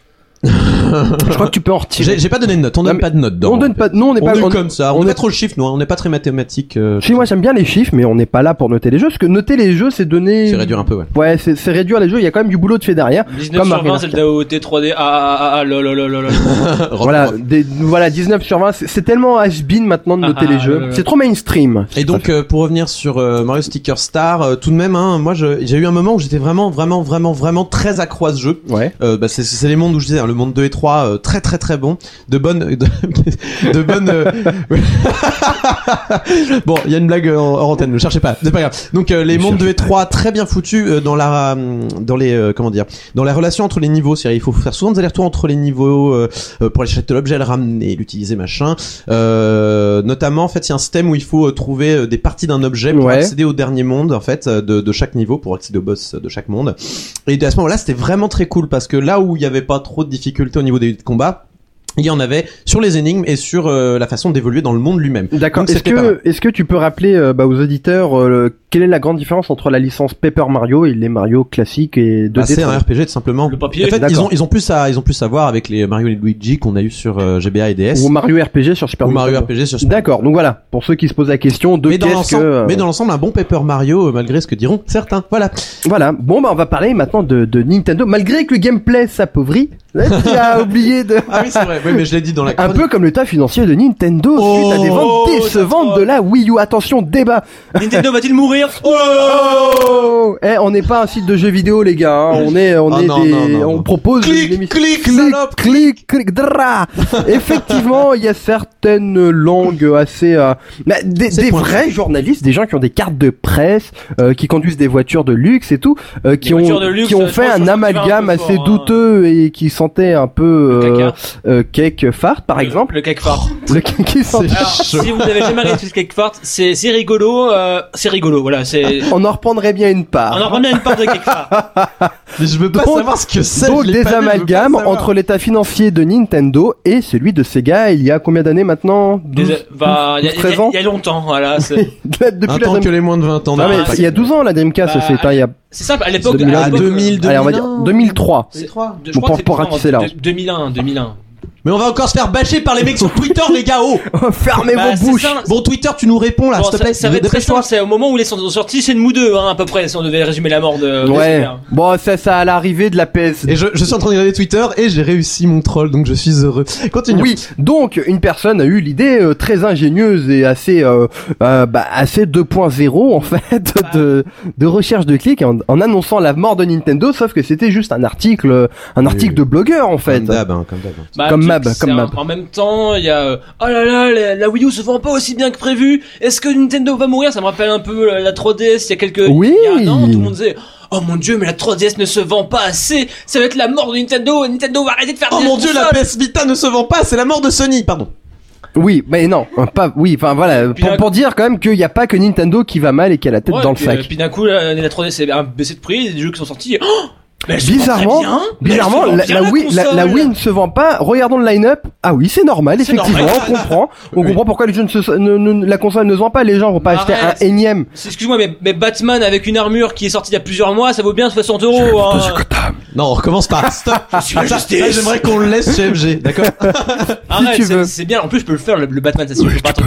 Je crois que tu peux en retirer. J'ai j'ai pas donné de note, on Non, donne mais pas de note dans. on donne pas, non, on n'est On pas. est on- comme ça, on, on est est- pas trop le chiffre, nous, hein, on n'est pas très mathématiques. euh, Chez moi, j'aime bien les chiffres, mais on n'est pas là pour noter les jeux, parce que noter les jeux, c'est donner. c'est réduire un peu, ouais. Ouais, c'est c'est réduire les jeux. Il y a quand même du boulot de fait derrière. 19 sur Mario 20, c'est le Kart. DAOT 3D. Ah ah ah ah, lol lol lol lol. Voilà, des- voilà, 19 sur 20. C'est c'est tellement has-been maintenant de Ah, noter ah, les là, là, jeux. là. C'est trop mainstream. Et donc euh, pour revenir sur euh, Mario Sticker Star, euh, tout de même, hein, moi je- j'ai eu un moment où j'étais vraiment, vraiment, vraiment, vraiment très accro à ce jeu. Ouais. Euh, Euh, bah, c'est c'est les mondes où je disais, hein, le monde 2 et 3, euh, très très très bon. De bonnes. De, de bonnes. euh, bon, il y a une blague euh, en, hors antenne, ne cherchez pas, c'est pas grave. Donc euh, les Ne mondes 2 et cherchez 3, très bien foutus euh, dans la. euh, dans les. euh, comment dire Dans la relation entre les niveaux. C'est-à-dire, il faut faire souvent des allers-retours entre les niveaux euh, euh, pour acheter l'objet, le ramener, l'utiliser, machin. Euh, notamment, en fait, il y a un système où il faut euh, trouver euh, des parties d'un objet pour Ouais. accéder au dernier monde, en fait, euh, de, de chaque niveau, pour accéder au boss euh, de chaque monde. Et à ce moment-là, c'était vraiment très cool parce que là où il n'y avait pas trop de difficultés au niveau des combats, il y en avait sur les énigmes et sur euh, la façon d'évoluer dans le monde lui-même. D'accord. Donc, Est-ce c'était pas mal. que, est-ce que tu peux rappeler euh, bah, aux auditeurs euh, le- quelle est la grande différence entre la licence Paper Mario et les Mario classiques et 2D Ah, c'est 3D? un RPG tout simplement. Le papier, en fait, ils d'accord. ont ils ont plus à ils ont plus à voir avec les Mario et Luigi qu'on a eu sur euh, GBA et DS Ou Mario RPG sur Super ou Mario Nintendo. RPG sur Super D'accord. Donc voilà, pour ceux qui se posent la question, deux mais dans, pièces que l'ensemble, euh, mais dans l'ensemble, un bon Paper Mario, euh, malgré ce que diront certains. Voilà. voilà. Bon bah on va parler maintenant de, de Nintendo. Malgré que le gameplay s'appauvrit, là, tu as oublié de Ah oui, c'est vrai. Oui, mais je l'ai dit dans la un chronique. peu comme le tas financier de Nintendo suite à des Oh, ventes décevantes d'accord. de la Wii U. Attention, débat. Nintendo va-t-il mourir Oh Eh, on n'est pas un site de jeux vidéo, les gars. hein. On est, on Ah est non, des, non, non, on non. propose Clic, des émissions- clic, clic, salope, clic, clic, dra. Effectivement, il y a certaines langues assez, euh, mais des, C'est des point. vrais journalistes, des gens qui ont des cartes de presse, euh, qui conduisent des voitures de luxe et tout, euh, qui Des ont, voitures de luxe, qui ont je fait pense un que tu vas un amalgame peu assez fort, hein. douteux et qui sentaient un peu Le euh, caca. euh, cake fart, par exemple. Le cake fart. Le qui sentait- C'est Alors, chaud. si vous n'avez jamais regardé le cake fart, c'est c'est rigolo, euh, c'est rigolo, voilà, c'est... On en reprendrait bien une part. On en revient à une part de cake fart. Mais je veux pas Donc- savoir ce que c'est. Donc je l'ai des pas vu, je veux pas amalgames savoir. entre l'état financier de Nintendo et celui de Sega il y a combien d'années maintenant 12, Des- bah, il y, a- 13 il y a- ans il y a longtemps, voilà. C'est Depuis Un la temps Dream- que les moins de 20 ans. Ah, n'ont mais pas- il y a 12 ans la Dreamcast Bah, c'est hein, il y a c'est simple, à l'époque... 2001, à l'époque, 2000, allez, on va dire 2003. C'est- 2003. de- je Bon, crois que pour- c'est pour plus tard, ratisser là. de- 2001, 2001. Mais on va encore se faire bâcher par les mecs sur Twitter, les gars. Oh Fermez Bah, vos c'est bouches. simple. Bon, Twitter, tu nous réponds là, Bon, s'il te ça, plaît. ça va être très dépêche-toi. simple, c'est au moment où les sont sortis, c'est une mou 2, hein, à peu près, si on devait résumer la mort de... de Ouais. Super. Bon ça ça à l'arrivée de la PS. Et je, je suis en train de regarder Twitter et j'ai réussi mon troll, donc je suis heureux. Continue. Oui, donc une personne a eu l'idée euh, très ingénieuse et assez euh, euh, bah, assez 2.0 en fait de de recherche de clics en, en annonçant la mort de Nintendo, sauf que c'était juste un article euh, un article oui. de blogueur en fait. Comme d'hab, hein, comme d'hab. Bah, Comme le Mab, truc, c'est comme un- Mab. En même temps, il y a euh, oh là là, la, la Wii U se vend pas aussi bien que prévu. Est-ce que Nintendo va mourir Ça me rappelle un peu euh, la, la 3DS il y a quelques Oui. il y a un an, tout le monde disait oh mon dieu, mais la 3DS ne se vend pas assez. Ça va être la mort de Nintendo. Nintendo va arrêter de faire Oh des mon dieu, la consoles. PS Vita ne se vend pas, c'est la mort de Sony, pardon. Oui, mais non, euh, pas. Oui, enfin voilà, puis là- pour, pour dire quand même qu'il n'y a pas que Nintendo qui va mal et qui a la tête Ouais, dans le puis, euh, sac. Puis d'un coup, la, la 3DS c'est un baissé de prix, il y a des jeux qui sont sortis. Oh, mais elles se vendent très Bizarrement, bien, Ben, mais bizarrement, elles se vendent la, bien, la Wii, la, la console. Wii ne se vend pas. Regardons le line-up. Ah oui, c'est normal, C'est effectivement, normal. on comprend, on Oui. comprend pourquoi les jeux ne se, ne- ne- la console ne se vend pas. Les gens vont pas Bah, Arrête. acheter un énième. C'est- Excuse-moi, mais, mais Batman avec une armure qui est sortie il y a plusieurs mois, ça vaut bien 60 euros. Oh. hein. Non, on recommence pas. Stop. la Ça, justice. ça, J'aimerais qu'on le laisse chez FG, d'accord Arrête, tu c'est- veux. c'est bien. En plus, je peux le faire le, le Batman. Ça, si je peux pas te-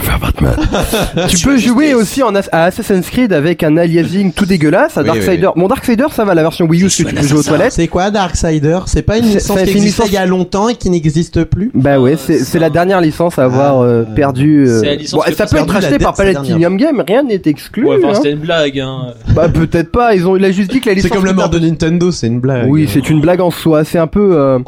Tu peux jouer aussi en as- à Assassin's Creed avec un aliasing tout dégueulasse, à Oui, Darksider. oui, Mon Darksider, ça va, la version Wii U, parce que tu peux jouer aux toilettes. C'est quoi Darksider C'est pas une C'est- licence c'est qui une existait licence- il y a longtemps et qui n'existe plus Bah ouais, c'est c'est la dernière licence à avoir euh, perdu. euh, Ah, C'est la licence bon, que ça peut Blizzard être a racheté dette, par c'est la dernière. Platinum Game, rien n'est exclu. Ouais, enfin, hein. c'était une blague, hein. Bah peut-être pas, ils ont il a juste dit que la C'est licence comme la mort de Nintendo, c'est une blague. Oui, c'est une blague en soi, c'est un peu euh,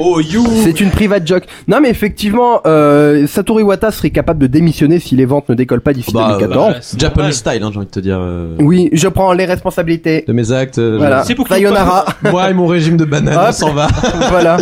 Oh, you! c'est une private joke. Non mais effectivement, euh, Satoru Iwata serait capable de démissionner si les ventes ne décollent pas d'ici Bah, 2014. bah, c'est Japanese normal. style, hein, j'ai envie de te dire. euh, Oui, je prends les responsabilités. De mes actes. euh, Voilà. C'est pour qui Sayonara. je- Moi et mon régime de banane, on Hop. s'en va. voilà.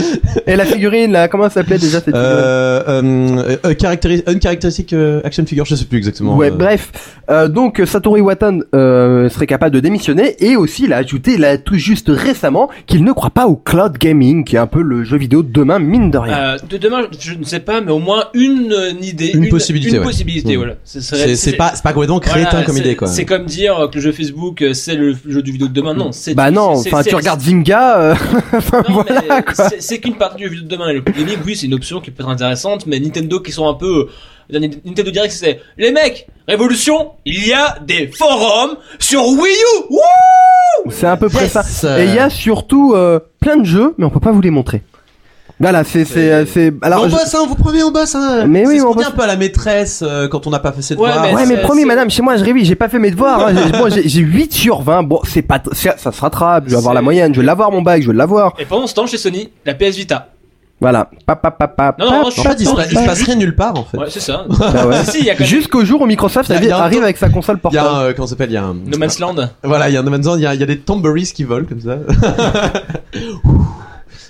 Et la figurine là, comment elle s'appelait déjà cette figurine Euh, euh, euh, caractéri- une caractéristique euh, action figure, je sais plus exactement. Ouais, euh, bref. Euh, donc Satoru Iwata euh, serait capable de démissionner et aussi il a ajouté là tout juste récemment qu'il ne croit pas au cloud gaming qui est un peu le jeu vidéo de demain mine de rien. Euh, de demain, je ne sais pas, mais au moins une, euh, idée. Une possibilité, Une ouais. possibilité, Mmh. voilà. Ce serait- C'est c'est pas, c'est pas complètement voilà, crétin comme c'est- idée, quoi. C'est comme dire euh, que le jeu Facebook, euh, c'est le jeu du vidéo de demain. Mmh. Non, c'est. bah non, c'est- enfin c'est- tu regardes Zynga, euh, non, mais voilà, quoi. c'est- C'est qu'une partie du vidéo de demain. Et le gaming, oui, c'est une option qui peut être intéressante, mais Nintendo qui sont un peu. euh, Nintendo Direct, c'est. Les mecs, révolution, il y a des forums sur Wii U! Wouh C'est à peu près Yes. ça. Et il y a surtout euh, plein de jeux, mais on peut pas vous les montrer. Voilà, c'est c'est euh, c'est alors on je- bosse, hein, on vous promet, on bosse. Hein. Mais oui, C'est ce on qu'on dit bosse. un peu à la maîtresse euh, quand on n'a pas fait ses Ouais, devoirs. mais Ouais mais c'est- promis c'est- madame chez moi je révise j'ai pas fait mes devoirs hein. J'ai- moi j'ai j'ai 8 sur 20 bon c'est pas t- ça, ça se rattrape je vais avoir la C'est- moyenne je vais l'avoir mon bac je vais l'avoir Et pendant ce temps, chez Sony, la PS Vita. Voilà. Pa, pa, pa, pa, Non, non, pa, moi, pa, En je suis pa, fait, il se, pas- passe- il se passe rien nulle part en fait. Ouais, c'est ça. Ah Bah ouais. Si, si, il y a quand même Jusqu'au jour où Microsoft Il y a- il y a un arrive taux- avec sa console Il y a portable. un, euh, comment ça s'appelle Il y a un. No Man's Land. Voilà, il y a un No Man's Land, il y a, il y a des Tomberries qui volent comme ça.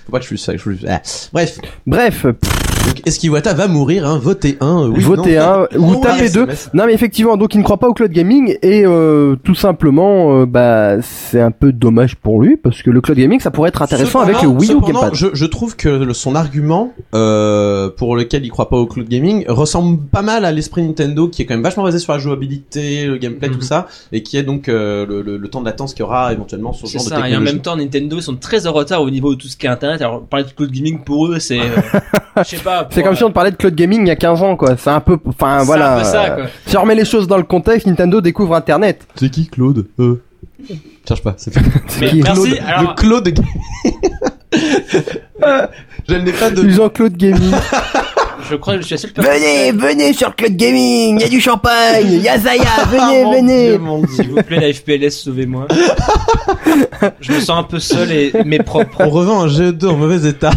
Faut pas que je suis ça, que je suis- ah. Bref, Bref, pff, donc Esquiwata va mourir, hein. votez 1, oui. votez non. un ou Ouais, tapez deux. SMS. Non mais effectivement, donc il ne croit pas au cloud gaming et euh, tout simplement, euh, bah c'est un peu dommage pour lui parce que le cloud gaming ça pourrait être intéressant avec le Cependant- Wii U cependant, Gamepad. Je, je trouve que le- son argument euh, pour lequel il croit pas au cloud gaming ressemble pas mal à l'esprit Nintendo qui est quand même vachement basé sur la jouabilité, le gameplay, Mhm. tout ça, et qui est donc euh, le, le- le temps de latence qu'il y aura éventuellement sur ce genre de C'est ça, et en technologie. même temps, Nintendo, ils sont très en retard au niveau de tout ce qui est internet. Alors, parler de cloud gaming pour eux, c'est. euh, Je sais pas. C'est pour, comme si on te parlait de cloud gaming il y a 15 ans quoi. C'est un peu, enfin Ah, euh, voilà. C'est un peu ça, quoi. Si on remet les choses dans le contexte, Nintendo découvre Internet. C'est qui Claude euh. Cherche pas, c'est pas Mais qui merci, Claude, alors- le Claude Je n'ai pas de Ils ont cloud gaming. Je crois que je suis la seule personne. venez, venez sur cloud gaming. Il y a du champagne, il y a Zaya. Venez, Ah, Mon venez. Dieu, mon Dieu. S'il vous plaît, la FPLS, sauvez-moi. je me sens un peu seul et mais propre. on revend un GE2 en mauvais état.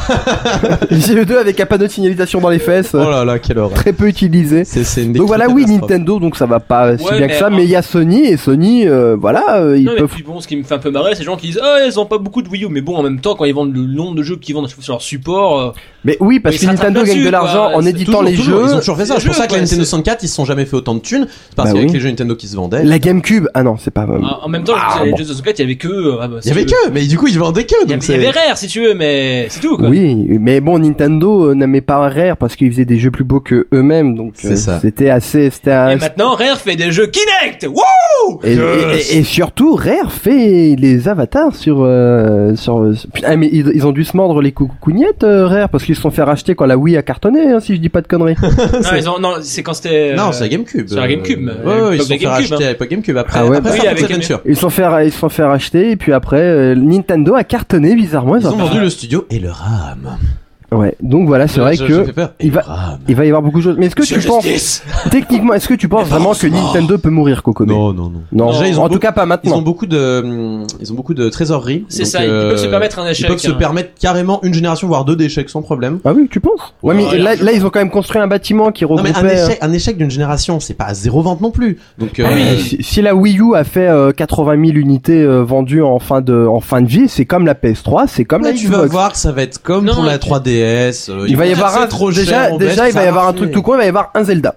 GE2 avec un panneau de signalisation dans les fesses. Oh là là, quelle horreur. Très peu utilisé. C'est c'est une Donc voilà, oui, catastrophe. Nintendo, donc ça va pas si Ouais, bien que mais ça, en- mais il y a Sony, et Sony, euh, voilà, euh, ils Non, mais peuvent... puis bon, ce qui me fait un peu marrer, c'est les gens qui disent, ah, ils ont pas beaucoup de Wii U, mais bon, en même temps, quand ils vendent le nombre de jeux qu'ils vendent sur leur support, euh, Mais oui, parce mais que ça rattrape Nintendo gagne de là-dessus, l'argent quoi. en C'est éditant Toujours, les toujours, Ils ont jeux. toujours fait ça. les C'est pour jeux, ça que la quoi, Nintendo c'est- 64, ils se sont jamais fait autant de thunes. C'est parce Bah qu'avec oui. les jeux Nintendo qui se vendaient. La GameCube, ah non, c'est pas... euh, en en même temps, Ah, les bon. jeux de 64, il y avait que, euh, ah, bah, Il si y avait tu veux. que, mais du coup, ils vendaient que. Il y donc avait- il y c'est- avait Rare, si tu veux, mais c'est tout, quoi. Oui, mais bon, Nintendo euh, n'aimait pas Rare parce qu'ils faisaient des jeux plus beaux que eux-mêmes, donc C'est euh, ça. c'était assez... c'était un- Et maintenant, Rare fait des jeux Kinect! Wouh! Et, et- et- et surtout, Rare fait les avatars sur... euh, sur Putain, mais ils, ils ont dû se mordre les cou- cougnettes, euh, Rare, parce qu'ils se sont fait racheter quand la Wii a cartonné, hein, si je dis pas de conneries. Non, ils ont- non, c'est quand c'était. euh, Non, c'est la GameCube. sur la GameCube. Euh, À Ouais, ouais, ils l'époque se sont de fait GameCube, racheter hein. à l'époque GameCube. Après, Ah ouais, après oui, Farm's avec les- Adventure. Ils se sont fait, ra- ils se sont fait racheter, et puis après, euh, Nintendo a cartonné bizarrement. Ils ont ont vendu le studio et le RAM. Ouais, donc voilà, c'est vrai Je- je que fais peur. Et il va- le RAM. il va y avoir beaucoup de choses. Mais est-ce que Monsieur tu penses Justice. techniquement, est-ce que tu penses Mais par vraiment contre, que c'est mort. Nintendo peut mourir Kokobe Non, non, non. Non, Déjà, ils ont en tout beaucoup- cas pas Ils ont maintenant. beaucoup de, hum, ils ont beaucoup de trésorerie. C'est donc, ça, ils peuvent se euh, permettre un échec. Ils peuvent se hein. permettre carrément une génération, voire deux d'échecs sans problème. Ah oui, tu penses Ouais, Ouais, mais ouais, là, largement. là, ils ont quand même construit un bâtiment qui Non, mais un regroupait. échec, un échec d'une génération, c'est pas à zéro vente non plus. Donc, euh, Ah euh, Si, si la Wii U a fait euh, 80 000 unités euh, vendues en fin de en fin de vie, c'est comme la PS3, c'est comme Là, la tu vas Xbox. voir que ça va être comme Non, pour la et- 3DS. euh, Il va y ils vont avoir dire, un c'est trop déjà cher, on déjà baisse, il va y ça avoir un marche truc mieux. tout con, il va y avoir un Zelda.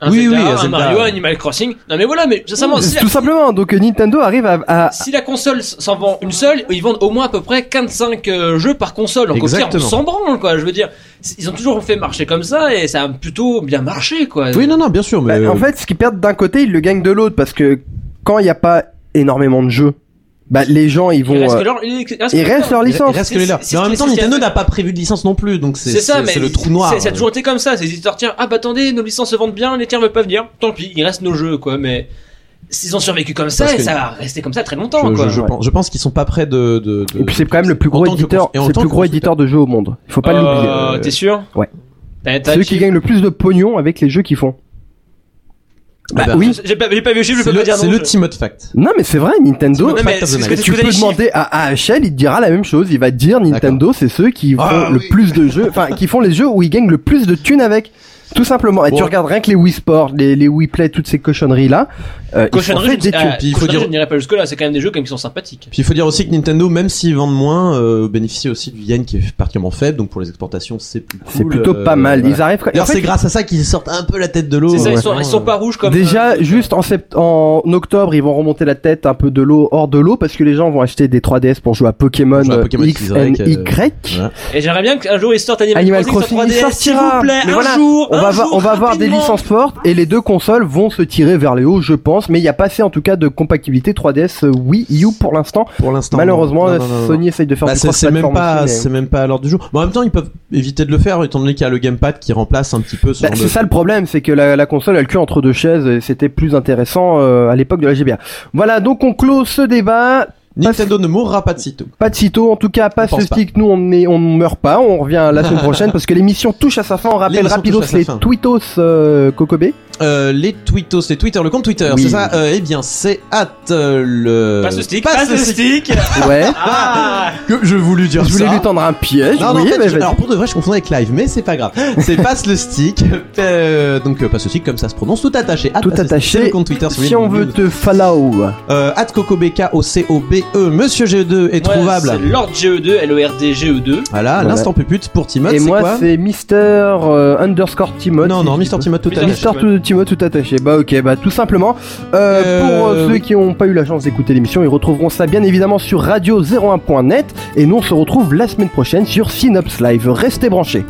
Un Oui, Zelda, oui, un un Zelda. Mario, un Animal Crossing. Non, mais voilà, mais sincèrement, si la, Tout simplement, donc euh, Nintendo arrive à, à- si la console s- s'en vend une seule, ils vendent au moins à peu près 45 euh, jeux par console. Donc, au pire, on Exactement. s'en branle, quoi. Je veux dire, c- ils ont toujours fait marcher comme ça et ça a plutôt bien marché, quoi. Oui, non, non, bien sûr, mais euh, Bah, en fait, ce qu'ils perdent d'un côté, ils le gagnent de l'autre parce que quand il n'y a pas énormément de jeux, bah les gens ils Il vont reste euh, que leur- il reste ils que leur- restent leur il licence. reste C'est- que les leurs. c'est- c'est Mais en ce même qui- temps, c'est ce qui a Nintendo fait- n'a pas prévu de licence non plus, donc c'est C'est ça, c'est- mais c'est le trou noir. euh. c'est- Ça a toujours été comme ça. Ces éditeurs, tiens, ah bah attendez, nos licences se vendent bien, les tiens veulent pas venir. Tant pis, il reste nos jeux, quoi. Mais ils ont survécu comme ça Parce et que- ça va rester comme ça très Je, longtemps, quoi. je- je Ouais. pense, je pense qu'ils sont pas près de. de- de- Et puis c'est quand même le plus en gros tant que éditeur, cons- et en c'est le tant plus que gros éditeur de jeux au monde. Il faut pas Euh, l'oublier. T'es sûr ouais. T'as- t'as C'est eux le qui chiffre gagnent le plus de pognon avec les jeux qu'ils font. Ah bah, oui. Je- J'ai pas, j'ai pas vu le chiffre, je C'est peux pas le, dire c'est non, le je- Timot Fact. Non mais c'est vrai, Nintendo. Non, mais Fact of the c'est- night. c'est- Tu c'est- peux demander à AHL, il te dira la même chose. Il va te dire Nintendo, c'est ceux qui font Ah, le oui. plus de jeux, enfin qui font les jeux où ils gagnent le plus de thunes avec. Tout simplement. Et Bon. tu regardes rien que les Wii Sports, les, les Wii Play, toutes ces euh, cochonneries là. Cochonnerie, je, ah, Puis il faut cochonnerie, dire- je n'irai pas jusque là, c'est quand même des jeux quand même qui sont sympathiques. Puis il faut dire aussi que Nintendo, même s'ils vendent moins, euh, bénéficie aussi du yen qui est particulièrement faible, donc pour les exportations, c'est plus C'est cool, plutôt euh, pas mal. voilà. Ils arrivent. D'ailleurs, en fait, c'est grâce à ça qu'ils sortent un peu la tête de l'eau. euh, C'est ça, ils Ouais. sont, ils sont pas rouges comme. Déjà, euh, juste en, sept- en octobre, ils vont remonter la tête un peu de l'eau, hors de l'eau, parce que les gens vont acheter des 3DS pour jouer à Pokémon, Pour jouer à euh, Pokémon X XY, and euh, Y. voilà. Et j'aimerais bien qu'un jour ils sortent Animal, Animal sur Crossing, il 3DS, s'il sortira. vous plaît, Mais un voilà, jour, On un va, va- jour, on va avoir des rapidement. licences fortes et les deux consoles vont se tirer vers le haut, je pense. Mais il n'y a pas assez en tout cas de compatibilité 3DS euh, Wii U pour l'instant. Pour l'instant. Malheureusement, non, non, non, non. Sony essaye de faire Bah, du c'est c'est même cross-platform pas, aussi, mais- c'est même pas à l'ordre du jour. Mais en même temps, ils peuvent éviter de le faire, étant donné qu'il y a le gamepad qui remplace un petit peu ce Bah, genre c'est de- ça le problème, c'est que la, la console elle cul entre deux chaises et c'était plus intéressant euh, à l'époque de la GBA. Voilà, donc on clôt ce débat. Nintendo ne mourra pas de sitôt. Pas de sitôt, en tout cas, pas On pense ce pas. stick, nous on est, on meurt pas, on revient la semaine prochaine parce que l'émission touche à sa fin, on rappelle L'émission rapidos touche à sa les fin. tweetos euh, Kokobé. euh, les twittos, les Twitter, le compte Twitter, Oui. c'est ça Euh, Eh bien, c'est at euh, le. Passe le stick, Passe passe le le stick Ouais. Ah Que je voulais dire Je voulais ça. lui tendre un piège. Non, non, oui, en fait, mais je- vas-y. alors pour de vrai, je confondais avec live, mais c'est pas grave. C'est passe le stick, euh, donc euh, passe le stick comme ça se prononce, tout attaché. at Tout Passe le Stick, attaché. c'est le compte Twitter. Si on veut te follow. euh, at cocobeka o c o b e, Monsieur GE2 est Ouais, trouvable. C'est Lord E GE2, LORDGE2. Voilà, Voilà. l'instant pupute pour Timot. Et c'est moi, quoi c'est Mister euh, underscore Timot. Non, si non, tu Mister peux. Timot tout Mister à l'heure. Mister tout- Timot tout attaché. Bah ok, bah tout simplement. Euh, Euh, Pour euh, oui. ceux qui n'ont pas eu la chance d'écouter l'émission, ils retrouveront ça bien évidemment sur radio01.net. Et nous, on se retrouve la semaine prochaine sur Synops Live. Restez branchés.